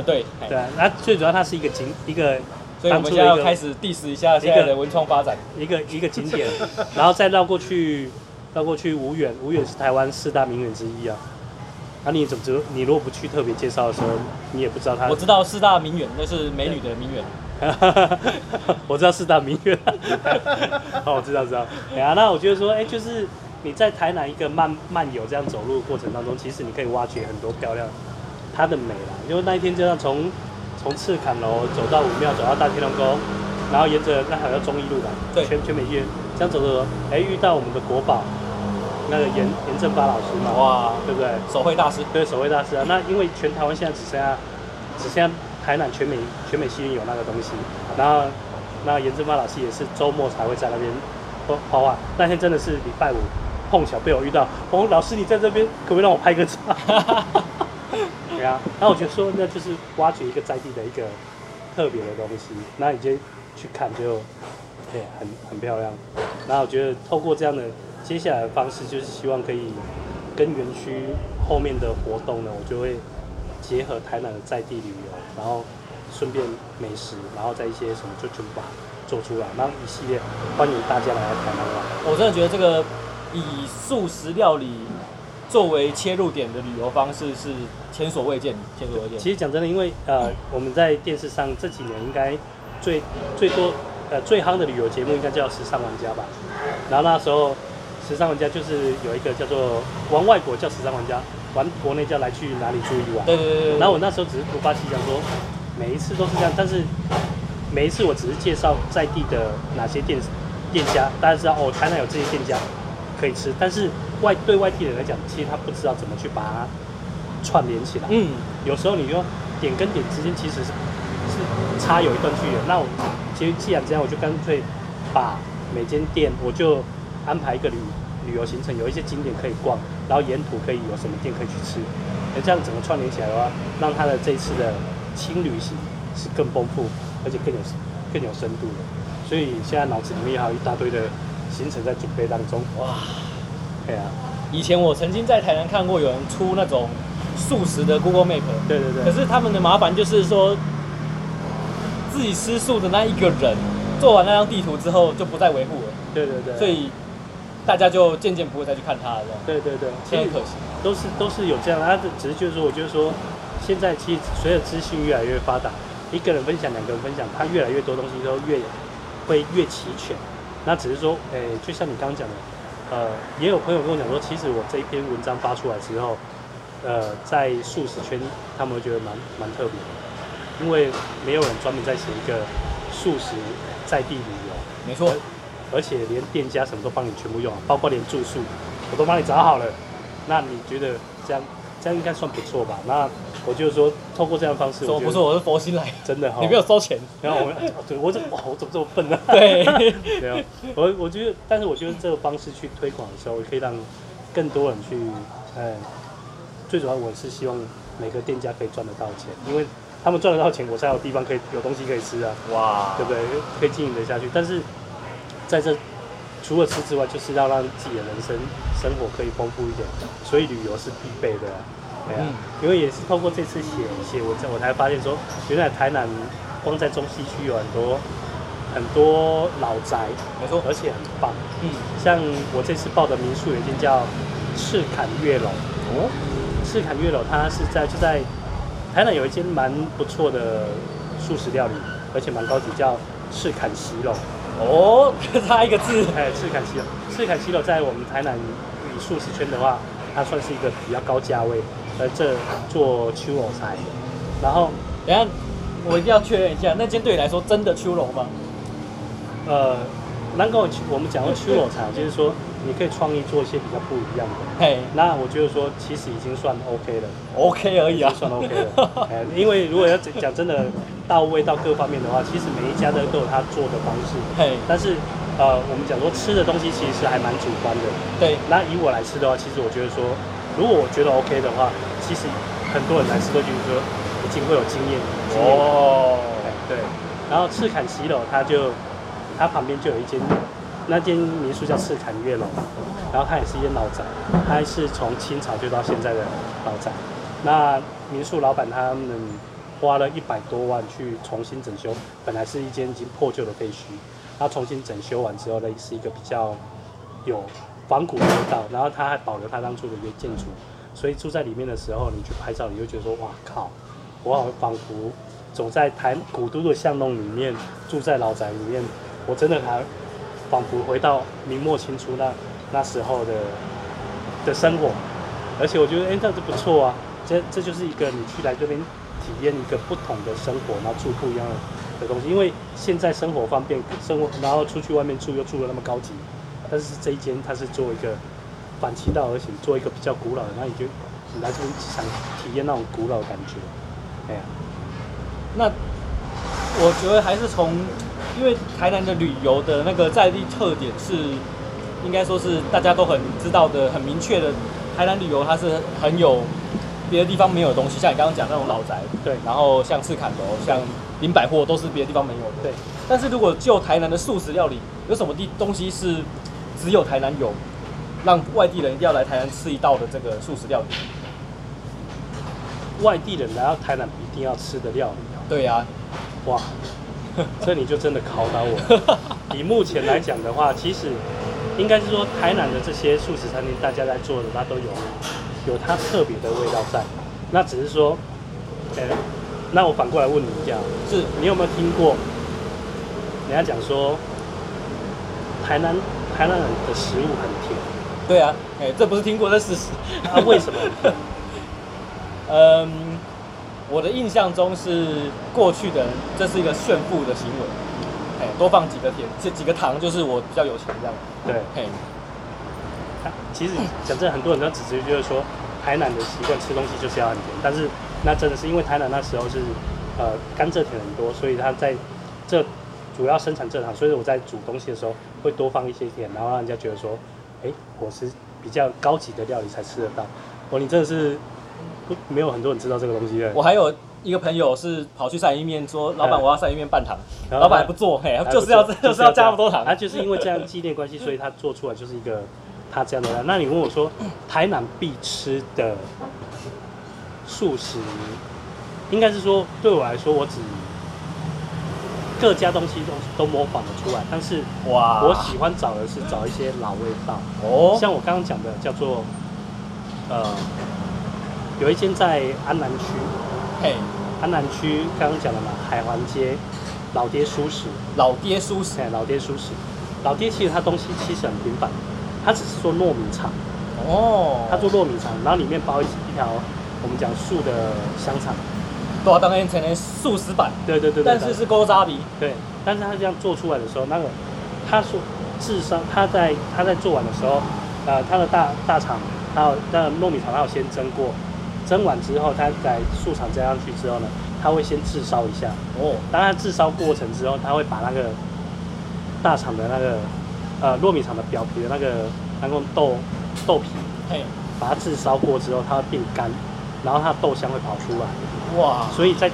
啊，对，嘿对啊，那最主要它是一个景一个所以我当们初现的在一要开个始 diss 一下现在的文创发展。 一个一个景点，然后再绕过去绕过去五远，五远是台湾四大名园之一啊。那、你怎么知？你如果不去特别介绍的时候，你也不知道它。我知道四大名媛，那是美女的名媛。 我知道四大名媛。好，我知道知道。哎呀、那我觉得说，哎、就是你在台南一个漫漫游这样走路的过程当中，其实你可以挖掘很多漂亮它的美啦。因为那一天就像从从赤坎楼走到武庙，走到大天龙宫，然后沿着那好像中一路吧，对全全美医院这样走走走，哎、遇到我们的国宝那个严严正发老师嘛，哇，对不对？手绘大师。对手绘大师啊，那因为全台湾现在只剩下只剩下台南全美全美戏院有那个东西，然后那严正发老师也是周末才会在那边画画画，那天真的是礼拜五碰巧被我遇到，哦，老师你在这边可不可以让我拍个照？ 对啊，那我觉得说那就是挖掘一个在地的一个特别的东西，那你就去看就，对，很很漂亮。然后我觉得透过这样的接下来的方式，就是希望可以跟园区后面的活动呢，我就会结合台南的在地旅游，然后顺便美食，然后再一些什么就全部把它做出来，然后一系列欢迎大家来到台南玩。我真的觉得这个以素食料理作为切入点的旅游方式是前所未见，前所未见。其实讲真的，因为呃我们在电视上这几年应该最最多呃最夯的旅游节目应该叫《时尚玩家》吧，然后那时候。时尚玩家就是有一个叫做玩外国叫时尚玩家，玩国内叫来去哪里住一晚。对对对对。然后我那时候只是突发奇想说，每一次都是这样，但是每一次我只是介绍在地的哪些店店家，大家知道哦，台南有这些店家可以吃，但是外对外地人来讲，其实他不知道怎么去把它串联起来。嗯，有时候你说点跟点之间其实是是差有一段距离的。那我其实既然这样，我就干脆把每间店我就安排一个旅旅游行程，有一些景点可以逛，然后沿途可以有什么店可以去吃。那这样整个串联起来的话，让他的这一次的轻旅行是更丰富，而且更有更有深度的。所以现在脑子里面还有一大堆的行程在准备当中。哇，对啊，以前我曾经在台南看过有人出那种素食的 Google Map，对对可对，是他们的麻烦就是说，自己吃素的那一个人做完那张地图之后就不再维护了，对对对，所以大家就渐渐不会再去看它了，对对对，这其样实很可惜。都是都是有这样的，他啊只是就是说，我觉得说，现在其实随着资讯越来越发达，一个人分享，两个人分享，他越来越多东西都越会越齐全。那只是说，诶、就像你刚刚讲的，呃，也有朋友跟我讲说，其实我这一篇文章发出来之后，呃，在素食圈他们会觉得蛮蛮特别的，因为没有人专门在写一个素食在地旅游。没错，而且连店家什么都帮你全部用好，包括连住宿我都帮你找好了。那你觉得这样这样应该算不错吧？那我就是说，透过这样的方式，说我不觉是得我是佛心来，真的哈。你没有收钱。然后我们， 对我怎么哇我怎么这么笨呢、啊？对， 没有，我我觉得，但是我觉得这个方式去推广的时候，可以让更多人去，呃，最主要我是希望每个店家可以赚得到钱，因为他们赚得到钱，我才有地方可以有东西可以吃啊。哇对不对？可以经营得下去。但是在这除了吃之外，就是要让自己的人生生活可以丰富一点，所以旅游是必备的啊、对啊，嗯因为也是透过这次写写文章，我才发现说，原来台南光在中西区有很多很多老宅，没错，而且很棒。嗯，像我这次报的民宿有一间叫赤坎月楼，哦，赤坎月楼它是在就在台南有一间蛮不错的素食料理，而且蛮高级，叫赤坎席楼。哦， 差一个字，哎，赤坎西楼，赤坎西楼在我们台南以素食圈的话，它算是一个比较高价位，而这做秋藕菜，然后等一下我一定要确认一下，那间对你来说真的秋楼吗？呃，南港我们讲到秋藕菜，就是说你可以创意做一些比较不一样的。嘿那我觉得说，其实已经算 OK 了， ，OK 而已已啊经，算 OK 了。哎，因为如果要讲讲真的到位到各方面的话，其实每一家都都有他做的方式。 嘿，但是，呃，我们讲说吃的东西其实还蛮主观的。对，那以我来吃的话，其实我觉得说，如果我觉得 OK 的话，其实很多人来吃都觉得说已经会有经验，经验感哦，对。然后赤坎西楼，它就它旁边就有一间，那间民宿叫赤坎月楼，然后它也是一间老宅，它是从清朝就到现在的老宅。那民宿老板他们花了一百多万去重新整修，本来是一间已经破旧的废墟，它重新整修完之后呢，是一个比较有仿古味道，然后它还保留它当初的原建筑，所以住在里面的时候，你去拍照，你就觉得说，哇靠，我好仿佛走在台古都的巷弄里面，住在老宅里面，我真的还仿佛回到明末清初那那时候的的生活，而且我觉得，哎、那这不错啊，这这就是一个你去来这边体验一个不同的生活，然后住不一样的的东西。因为现在生活方便，生活然后出去外面住又住的那么高级，但是这一间它是做一个反其道而行，做一个比较古老的，那你就你来这边想体验那种古老的感觉，哎呀，那我觉得还是从，因为台南的旅游的那个在地特点是，应该说是大家都很知道的、很明确的。台南旅游它是很有别的地方没有的东西，像你刚刚讲那种老宅，对然后像赤坎楼、像林百货都是别的地方没有的。对。但是如果就台南的素食料理，有什么地东西是只有台南有，让外地人一定要来台南吃一道的这个素食料理？外地人来到台南一定要吃的料理啊，对呀、哇， 这你就真的考倒我了。 以目前来讲的话，其实应该是说台南的这些素食餐厅，大家在做的，它都有有它特别的味道在。那只是说，呃，那我反过来问你一 下，啊是你有没有听过人家讲说，台南台南人的食物很甜？对啊，哎、这不是听过，这是事实。 啊为什么？ 嗯，我的印象中是过去的人，这是一个炫富的行为。哎、多放几个甜，这几个糖就是我比较有钱这样。哎对，嘿、它啊其实讲真，很多人都只是觉得说，台南的习惯吃东西就是要很甜，但是那真的是因为台南那时候是呃甘蔗田很多，所以它在这主要生产蔗糖，所以我在煮东西的时候会多放一些甜，然后让人家觉得说，哎，我是比较高级的料理才吃得到。哦，你真的是不没有很多人知道这个东西的我，还有一个朋友是跑去鳝鱼面说，老板嗯我要鳝鱼面半糖，然后老板还他不做，嘿、还不哎就是要错 就是要加那么多糖他。啊就是因为这样纪念关系，所以他做出来就是一个他这样的料。那你问我说，台南必吃的素食，应该是说对我来说，我只各家东西都都模仿得出来，但是哇我喜欢找的是找一些老味道，啊哦，像我刚刚讲的叫做呃，有一间在安南区，嘿、安南区刚刚讲了嘛，海环街老爹素食。老爹舒适哎，老爹素食，老爹其实他东西其实很平凡，他只是做糯米肠，哦，他做糯米肠，然后里面包一一条我们讲素的香肠，多少当然成为素食版，对对对对但是是勾扎比。对，但是他这样做出来的时候，那个他说智商，他在他在做完的时候，呃，他的大大肠，还有那个糯米肠，他有先蒸过，蒸完之后，他在素肠加上去之后呢，他会先炙烧一下，哦，当它炙烧过程之后，它会把那个大肠的那个呃糯米肠的表皮的那个那个豆豆皮，嘿，把它炙烧过之后，它会变干，然后它的豆香会跑出来，哇，所以再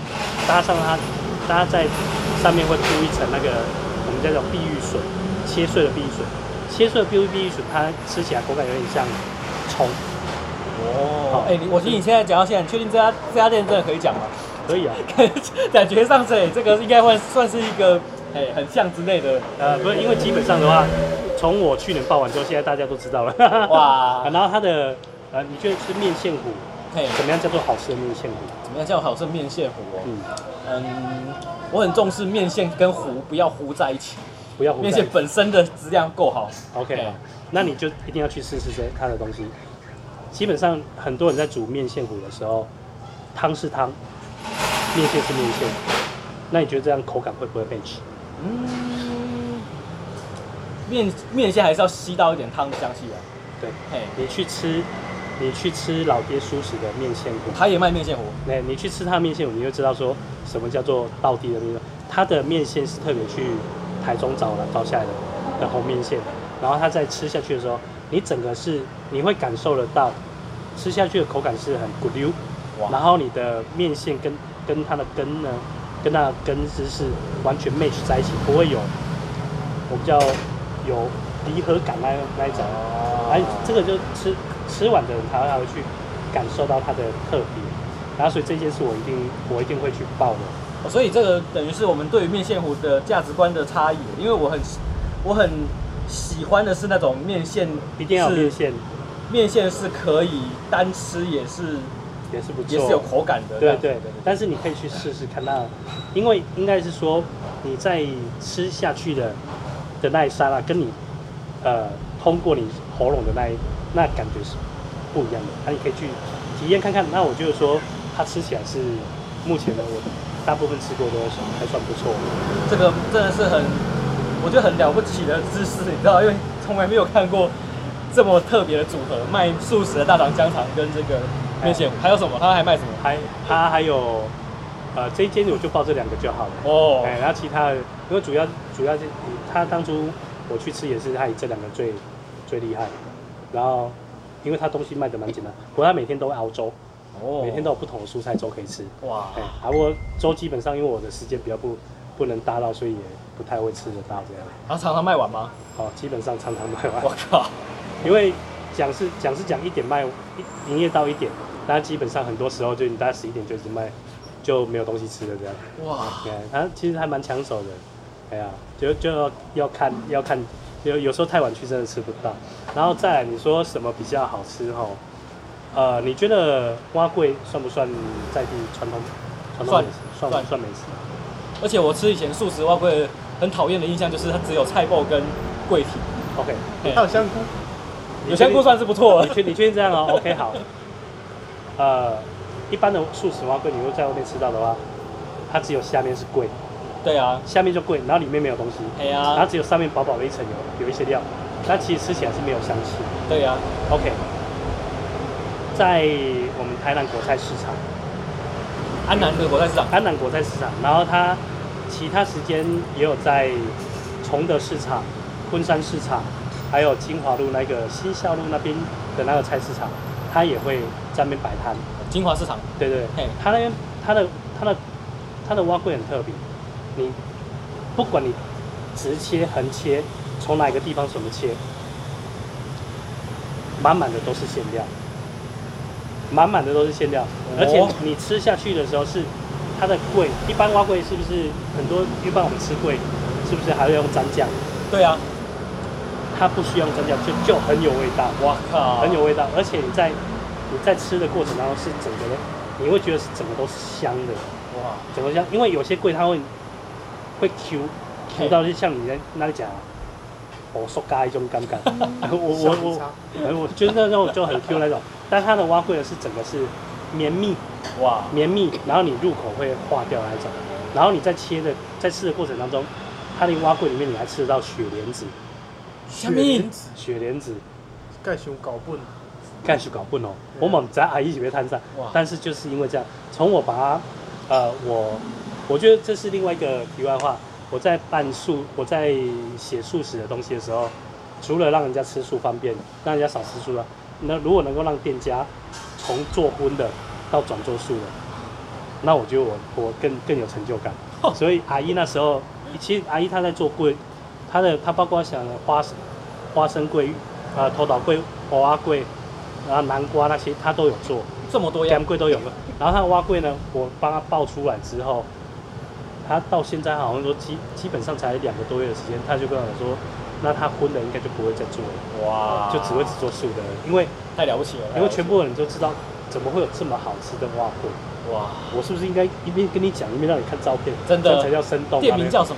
搭上它，它在上面会铺一层那个我们叫做碧玉笋，切碎的碧玉笋，切碎的碧玉碧玉笋，它吃起来口感有点像葱，哦，哎、你我听你现在讲到现在，你确定这家这家店真的可以讲吗？ 可以啊。感觉上这这个应该算算是一个哎、很像之类的呃，不是，因为基本上的话，从我去年报完之后，现在大家都知道了。 哇 然后它的呃，你觉得是面线糊，嘿，怎么样叫做好吃的面线糊？怎么样叫好吃面线糊哦？嗯，嗯，我很重视面线跟糊不要糊在一起，不要糊在 面线本身的质量够好。 OK，嘿好那你就一定要去试试这它的东西。基本上很多人在煮面线糊的时候，汤是汤，面线是面线，那你觉得这样口感会不会被吃？嗯，面面线还是要吸到一点汤的香气啊。对，嘿，你去吃，你去吃老爹舒食的面线糊，他也卖面线糊，那你去吃它的面线，你就知道说什么叫做道地的面线。它的面线是特别去台中找了找下来的的红面线，然后它在吃下去的时候，你整个是你会感受得到，吃下去的口感是很咕溜，然后你的面线跟跟它的根呢，跟它的根枝是完全 match 在一起，不会有我们叫有离合感那那一种。哎，这个就吃吃完的人才才会去感受到它的特别，然后所以这件事我一定我一定会去报的。哦所以这个等于是我们对于面线糊的价值观的差异，因为我很我很喜欢的是那种面线，一定要有面，线，面线是可以单吃，也是也是不错，也是有口感的。对对对，但是你可以去试试看那，因为应该是说你在吃下去的的那一刹那，跟你呃通过你喉咙的那一那感觉是不一样的。那、你可以去体验看看。那我就是说，它吃起来是目前的我大部分吃过都还算不错。这个真的是很，我觉得很了不起的知识，你知道，因为从来没有看过这么特别的组合，卖素食的大肠香肠跟这个面线，还有什么？他还卖什么？还它还有呃这一间我就报这两个就好了。哦，哎，然后其他的，因为主要主要是他当初我去吃也是他以这两个最最厉害，然后因为他东西卖的蛮简单，不过他每天都会熬粥，哦每天都有不同的蔬菜粥可以吃。哇，哎，啊，我粥基本上因为我的时间比较不不能搭到，所以也不太会吃得到这样。他啊常常卖完吗？哦，基本上常常卖我完，靠，因为讲是讲是讲一点卖，一营业到一点，但基本上很多时候就你大概十一点就已经卖，就没有东西吃了这样。哇，对，他其实还蛮抢手的。哎呀，就就要要看要看，有有时候太晚去真的吃不到。然后再来，你说什么比较好吃吼？呃，你觉得蛙桂算不算在地传统传统美食？算算算算美食。而且我吃以前素食蛙龟很讨厌的印象就是它只有菜爆跟桂体， OK，嘿还有香菇，有香菇算是不错你了。确你确定这样哦？OK，好。呃，一般的素食蛙桂，你会在外面吃到的话，它只有下面是桂，对啊，下面就桂，然后里面没有东西，哎然后呀，只有上面薄薄的一层有有一些料，但其实吃起来是没有香气。对啊呀， OK，在我们台南国菜市场，安南的国菜市场，安南国菜市场，然后它其他时间也有在崇德市场、昆山市场，还有金华路那个新校路那边的那个菜市场，它也会在那边摆摊。金华市场，对对嘿对，它那边它的它的它的蛙桂很特别，你不管你直切、横切，从哪个地方怎么切，满满的都是馅料，满满的都是馅料，而且你吃下去的时候是它的桂，一般蛙桂是不是很多？一般我们吃桂是不是还要用蘸酱？对啊，它不需要用蘸酱，就就很有味道。哇靠，很有味道，而且你在你在吃的过程当中是整个的，你会觉得是整个都是香的，哇，整个香，因为有些贵它会会 Q Q 到就像你在那里讲啊，我说嘎一种尴尬，我小我米我肠，我我觉得那种就很 Q 那种，但它的蛙桂的是整个是绵密哇，绵密，然后你入口会化掉那一种，然后你在切的在吃的过程当中，它的蛙桂里面你还吃得到雪莲子，虾米雪莲子雪莲子。盖熊搞笨，干是搞不懂，我猛在阿姨这边摊上哇，但是就是因为这样，从我把它，呃，我我觉得这是另外一个题外话。我在办素，我在写素食的东西的时候，除了让人家吃素方便，让人家少吃素了，那如果能够让店家从做荤的到转做素的，那我觉得我我更更有成就感。所以阿姨那时候，其实阿姨她在做桂，她的她包括想花生花生桂、啊头岛桂、娃娃桂，然后南瓜那些她都有做，这么多样干，桂都有了。然后她的蛙桂呢，我帮她爆出来之后，她到现在好像说基基本上才两个多月的时间，她就跟我说，那她荤的应该就不会再做了，哇就只会只做素的了，因为太了不起了，啊因为太了不起全部人都知道怎么会有这么好吃的蛙桂。了哇，我是不是应该一边跟你讲，一边让你看照片？真的这样才叫生动。啊店名叫什么？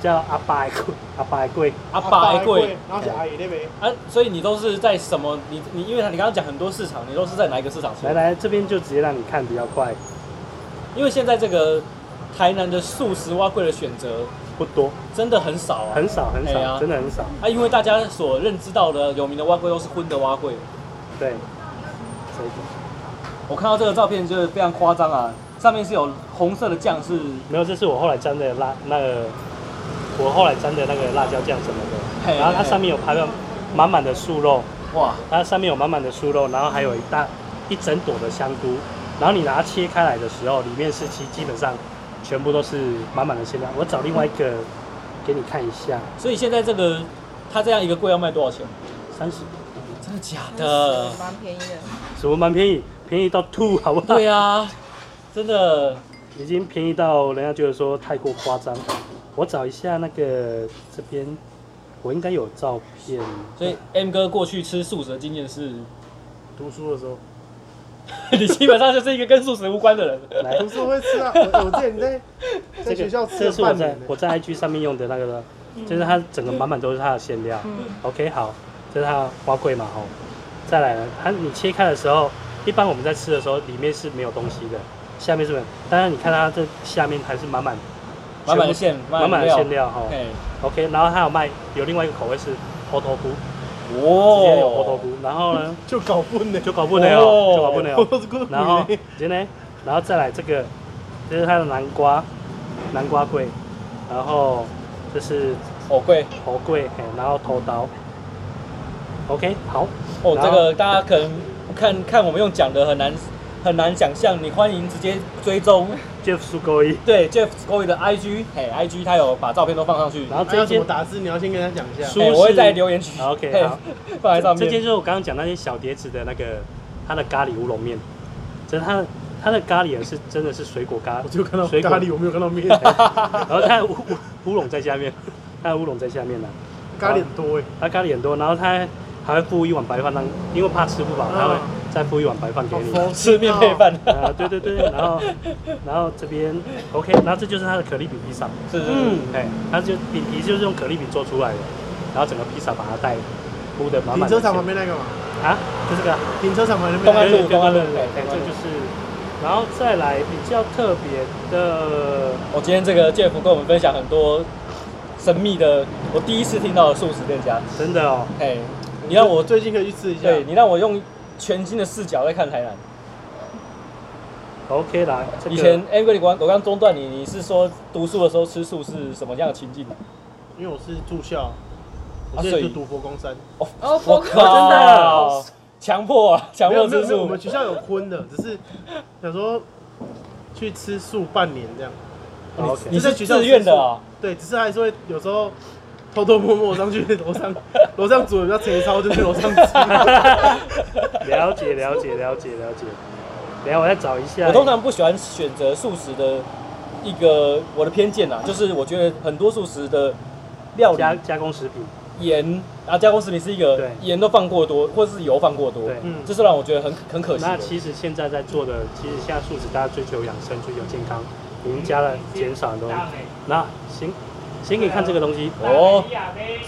叫阿爸的贵，阿爸的贵，阿爸的贵然后是阿姨那边，啊，所以你都是在什么？你你因为你刚刚讲很多市场，你都是在哪一个市场吃？来来这边就直接让你看比较快，因为现在这个台南的素食蛙贵的选择不多，真的很少啊，很少很哎呀少，真的很少。啊，因为大家所认知到的有名的蛙贵都是荤的蛙贵。对，我看到这个照片就是非常夸张啊，上面是有红色的酱是没有，这是我后来沾的辣那个，我后来沾的那个辣椒酱什么嘿的，然后它嘿上面有拍到满满的素肉，哇，它上面有满满的酥肉，然后还有一大一整朵的香菇，然后你拿它切开来的时候，里面是其基本上全部都是满满的馅料。我找另外一个给你看一下，所以现在这个它这样一个贵要卖多少钱？三十，真的假的嗯？蛮便宜的，什么蛮便宜，便宜到吐， 好 不好？对啊，真的已经便宜到人家觉得说太过夸张。我找一下那个这边，我应该有照片，所以 M 哥过去吃素食的经验是， 读书的时候，你基本上就是一个跟素食无关的人。来读书会吃 啊。我我之前在这在学个校吃这了是我半在年呢我在 IG 上面用的那个，就是它整个满满都是它的馅料。OK，好，这是它的花桂嘛吼。再来呢，它你切开的时候，一般我们在吃的时候里面是没有东西的，下面是没有。但是你看它这下面还是满满满满的馅，满满的的馅料哈。哎， OK，然后它有卖有另外一个口味是猴头菇，直接有猴头哦，菇。然后呢，就搞混呢，就搞不了，哦就搞不了。我是 过然后今天，然后再来这个，这是它的南瓜，南瓜桂，然后这是好哦贵头桂，嘿然后头刀。OK，好，哦，然这后个大家可能看看我们用讲的很难很难想象，你欢迎直接追 踪就苏勾一。对 Jeff Scoy 的 IG，哎，IG 他有把照片都放上去，然后还这要怎间么，打字？你要先跟他讲一下书。哎我会在留言区啊，OK，嘿好放在上这间面。就是我刚刚讲那些小碟子的那个，它的咖喱乌龙面，这是它的它的咖喱也是真的是水果咖，我就看到水果咖喱，我没有看到 面，然后它的乌乌乌龙在下面，它的乌龙在下面呢、啊咖喱很多哎。他咖喱很多，然后他还会附一碗白饭让，因为怕吃不饱，他会嗯再附一碗白饭给你。好吃面配饭， 啊，对对对，然后然后这边 OK，然后这就是它的可丽饼披萨，是是是嗯，哎，它就饼皮就是用可丽饼做出来的，然后整个披萨把它带铺的满满停的。车场旁边那个嘛，啊，就这个啊，停车场旁边那东安个路对对对东安路对对对哎这就是，然后再来比较特别的，我今天这个 Jeff 跟我们分享很多神秘的，我第一次听到的素食店家，真的哦，哎，你让我最近可以去吃一下。对你让我用全新的视角在看台南。 OK 啦，这个以前 a n g r y 哎我刚我刚中断你，你是说读书的时候吃素是什么样的情境？因为我是住校，啊我之所前以就读佛光山。哦，我佛靠，真的强迫啊强没迫有没吃有没有，我素们，学校有荤的，只是想说去吃素半年这样。好 OK，你就在是学校自愿的啊？对，只是还是会有时候偷偷摸摸上去楼上，楼上煮的比较贼超，就去楼上吃。了解了解了解了解，等一下我再找一 下，我通常不喜欢选择素食的一个我的偏见啊，就是我觉得很多素食的料加理加工食品，盐啊加工食品是一个对盐都放过多，或是油放过多对， 嗯，这是让我觉得很很可惜那的。其实现在在做的，其实现在素食大家追求养生、追求健康，已经加了减少很多。那行，先给你看这个东西，哦，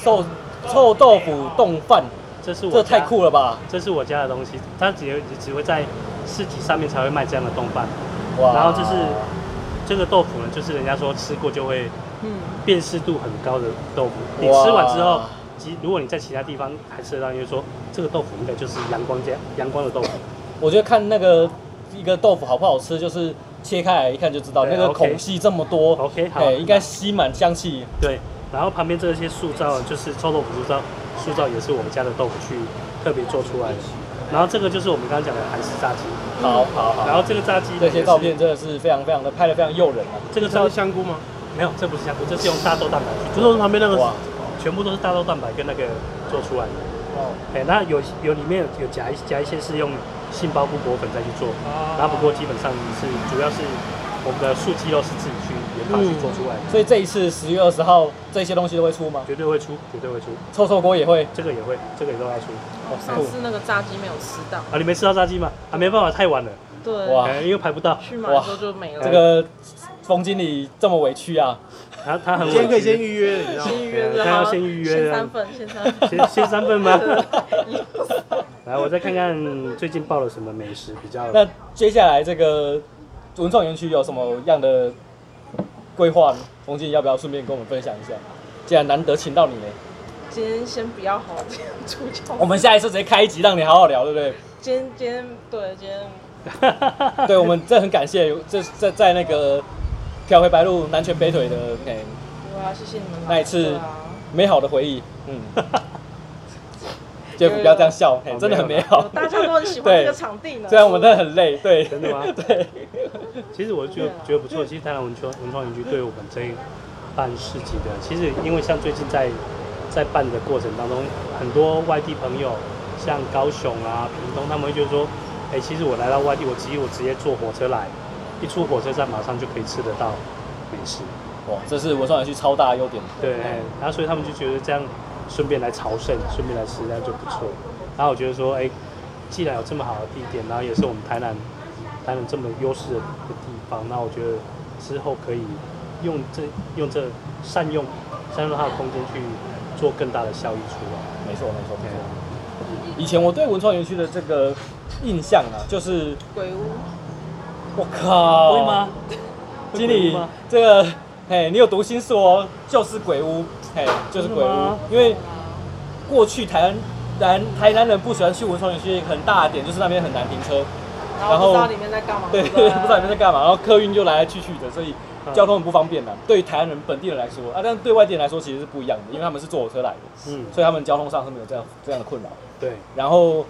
臭臭豆腐冻饭，这是我这家太，酷了吧！这是我家的东西，它只有只会在市集上面才会卖这样的冻饭。哇，然后这是这个豆腐呢，就是人家说吃过就会嗯，辨识度很高的豆腐，你哇吃完之后。即如果你在其他地方还吃得到，你就说这个豆腐应该就是阳光家阳光的豆腐。我觉得看那个一个豆腐好不好吃，就是切开来一看就知道，对那个 OK 孔隙这么多 OK，好哎，应该吸满香气。对，然后旁边这些塑造就是臭豆腐塑造，塑造也是我们家的豆腐去特别做出来的。然后这个就是我们刚刚讲的韩式炸鸡，好好嗯然好，后这个炸鸡这些也是照片，真的是非常非常的拍的非常诱人啊！这个这照是香菇吗？没有，这不是香菇，这是用大豆蛋白去不做是我们旁边那个哇，的，全部都是大豆蛋白跟那个做出来的。哦哎，那有有里面有夹一夹一些是用杏鲍菇果粉再去做，啊然后不过基本上是主要是我们的素鸡肉是自己去研发去做出来的，所以这一次十月二十号这些东西都会出吗？绝对会出，绝对会出，臭臭锅也会，这个也会，这个也都要出。哇上次那个炸鸡没有吃到，啊，你没吃到炸鸡吗？啊，没办法，太晚了，对，哇哎，因为排不到。去买的时候就没了。这个冯经理这么委屈啊，他他很今天可以委先屈，预约，你知道吗？先预约对的，他好要先预约先的三份，先三份。先先三份吗？你来，我再看看最近报了什么美食比较。 那接下来这个文创园区有什么样的规划呢？冯经理要不要顺便跟我们分享一下？既然难得请到你呢，今天先不要好好讲出教。我们下一次直接开一集让你好好聊，对不 对？今天今天对今天对，我们这很感谢，这在在那个漂回白鹿南拳北腿 的哎、对啊，谢谢你们来。那一次对啊美好的回忆， 嗯，杰夫不要这样哦笑，哎、真的很美好。大家都很喜欢对这个场地呢。虽然我们真的很累，对，真的吗 对， 其实我觉得觉得不错，其实台南文创文创园区对我们这一办市集的，其实因为像最近在在办的过程当中，很多外地朋友，像高雄啊、屏东，他们会觉得说，哎、其实我来到外地，我直接我直接坐火车来，一出火车站马上就可以吃得到美食。哇，这是文创园区超大的优点。哎对，然后所以他们就觉得这样顺便来朝圣，顺便来吃，那就不错。然后我觉得说，哎、既然有这么好的地点，然后也是我们台南台南这么优势的地方，那我觉得之后可以用这用这善用善用它的空间去做更大的效益出来。没错没错没对错。以前我对文创园区的这个印象啊，就是鬼屋，我靠，会吗？会经鬼理屋吗，这个，哎，你有读心术哦，就是鬼屋，哎，就是鬼真的屋吗，因为过去台湾南台南人不喜欢去文创园区，很大的点就是那边很难停车，然后不知道里面在干嘛，对， 不不知道你们在干嘛，然后客运就来来去去的，所以嗯交通很不方便的。对于台湾人本地人来说啊，但对外地人来说其实是不一样的，因为他们是坐火车来的，嗯，所以他们交通上是没有这样这样的困扰。对，然后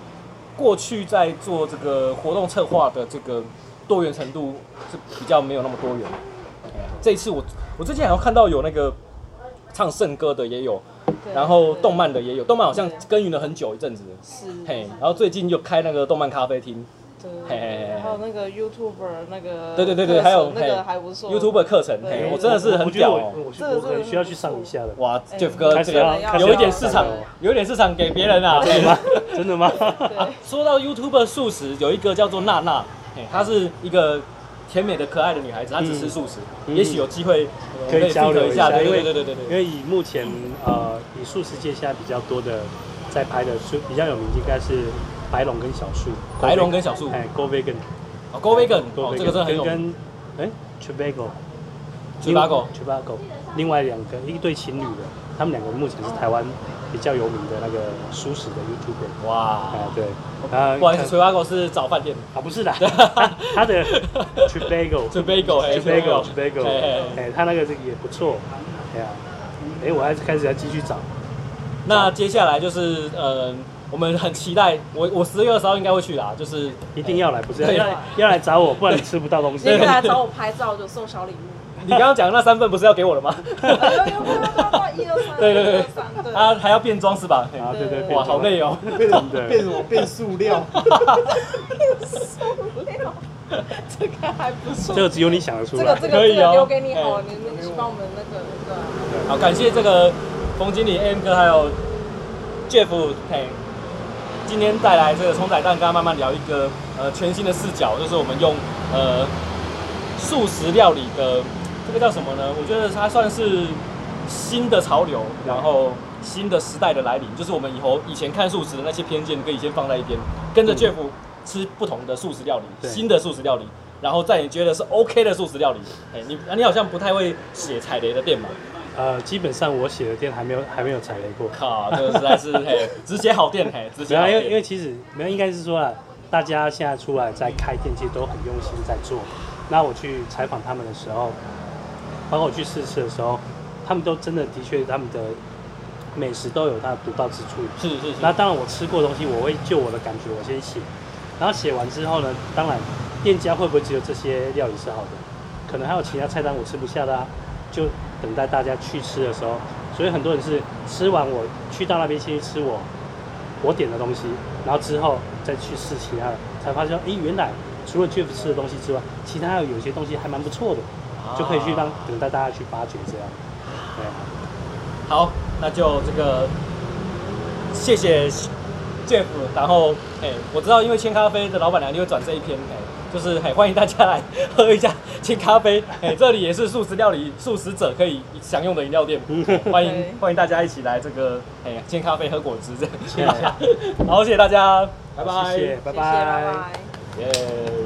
过去在做这个活动策划的这个多元程度是比较没有那么多元。这一次我我最近好像看到有那个唱圣歌的也有，对然后动漫的也有，动漫好像耕耘了很久一阵子，是，嘿，然后最近又开那个动漫咖啡厅对嘿嘿嘿嘿还有那个 YouTuber 那个，对对对对那个还有那个嘿还不错，YouTube 课程，嘿，对哎我真的是哎我很我觉得屌我哦。我这个我可真能的需要是去不上一错下的。哇哎，Jeff 哥开这始个要开始有一要哎点市场开始，有一点市场给别人啊。真的吗？真的吗？对，说到 YouTube 素食，有一个叫做娜娜，嘿嗯她是一个甜美的可爱的女孩子，她只吃素食，嗯也许有机会我们可以交流 feature 一下，对因为对对对对因对，为以目前呃，以素食界现在比较多的在拍的书比较有名，应该是白龙跟小树，白龙跟小树哎，Go Vegan，哦，Go Vegan，哦 Go，这个真的 Vegan，很有跟跟哎 Tribago。 Tribago Tribago，另外两个一对情侣的，他们两个目前是台湾比较有名的那个素食的 YouTuber，哇，哎对，啊不好意思，Trivago 是早饭店啊，不是的，他 他的 Tribago ，Trivago，嘿哎 Tribago Trivago， Tribago，嘿嘿嘿哎，他那个是也不错，哎呀，哎，我还是开始要继续找，那接下来就是呃，我们很期待，我我十月二十号应该会去啦，就是一定要来，不是要对要要来找我，不然你吃不到东西今。天来找我拍照就送小礼物，哎你刚刚讲的那三份不是要给我的吗？一二 三，对对对一二三对，啊，还要变装是吧？嘿啊，对对，哇，好累哦。哦。变成真的变什么？变塑料？受不了，这个还不错，这个只有你想得出这个来这。可个以这哦个留给你好了，哎你们去帮我们那个那个。好，感谢这个冯经理、M 哥还有 Jeff，嘿，今天带来这个冲仔蛋，跟他慢慢聊一个呃全新的视角，就是我们用呃素食料理的这个叫什么呢？我觉得它算是新的潮流，然后新的时代的来临，就是我们以后以前看素食的那些偏见，可以先放在一边，跟着嗯 Jeff 吃不同的素食料理，对新的素食料理。然后在你觉得是 OK 的素食料理，哎，你你好像不太会写踩雷的店吧？呃，基本上我写的店还没有还没有踩雷过。靠，这个实在是嘿，直接好店嘿，直没接有好啊，因店。为因为其实没有，应该是说啊，大家现在出来在开店，其实都很用心在做。那我去采访他们的时候，包括我去试吃的时候，他们都真的的确他们的美食都有它的独到之处。是是是，那当然，我吃过的东西，我会就我的感觉我先写，然后写完之后呢，当然店家会不会只有这些料理是好的，可能还有其他菜单我吃不下的啊，就等待大家去吃的时候。所以很多人是吃完我去到那边先去吃我我点的东西，然后之后再去试其他的，才发现哎诶，原来除了 Jeff 吃的东西之外，其他有些东西还蛮不错的，就可以去让啊等待大家去发掘这样。对啊，好，那就这个谢谢 Jeff，然后哎，我知道因为千咖啡的老板娘就会转这一篇哎。就是很欢迎大家来 喝一下千咖啡，哎，这里也是素食料理素食者可以享用的饮料店，嗯欢迎对欢迎大家一起来这个哎千咖啡喝果汁 这样，好，谢谢大家，拜拜，谢谢，谢拜谢，拜拜。耶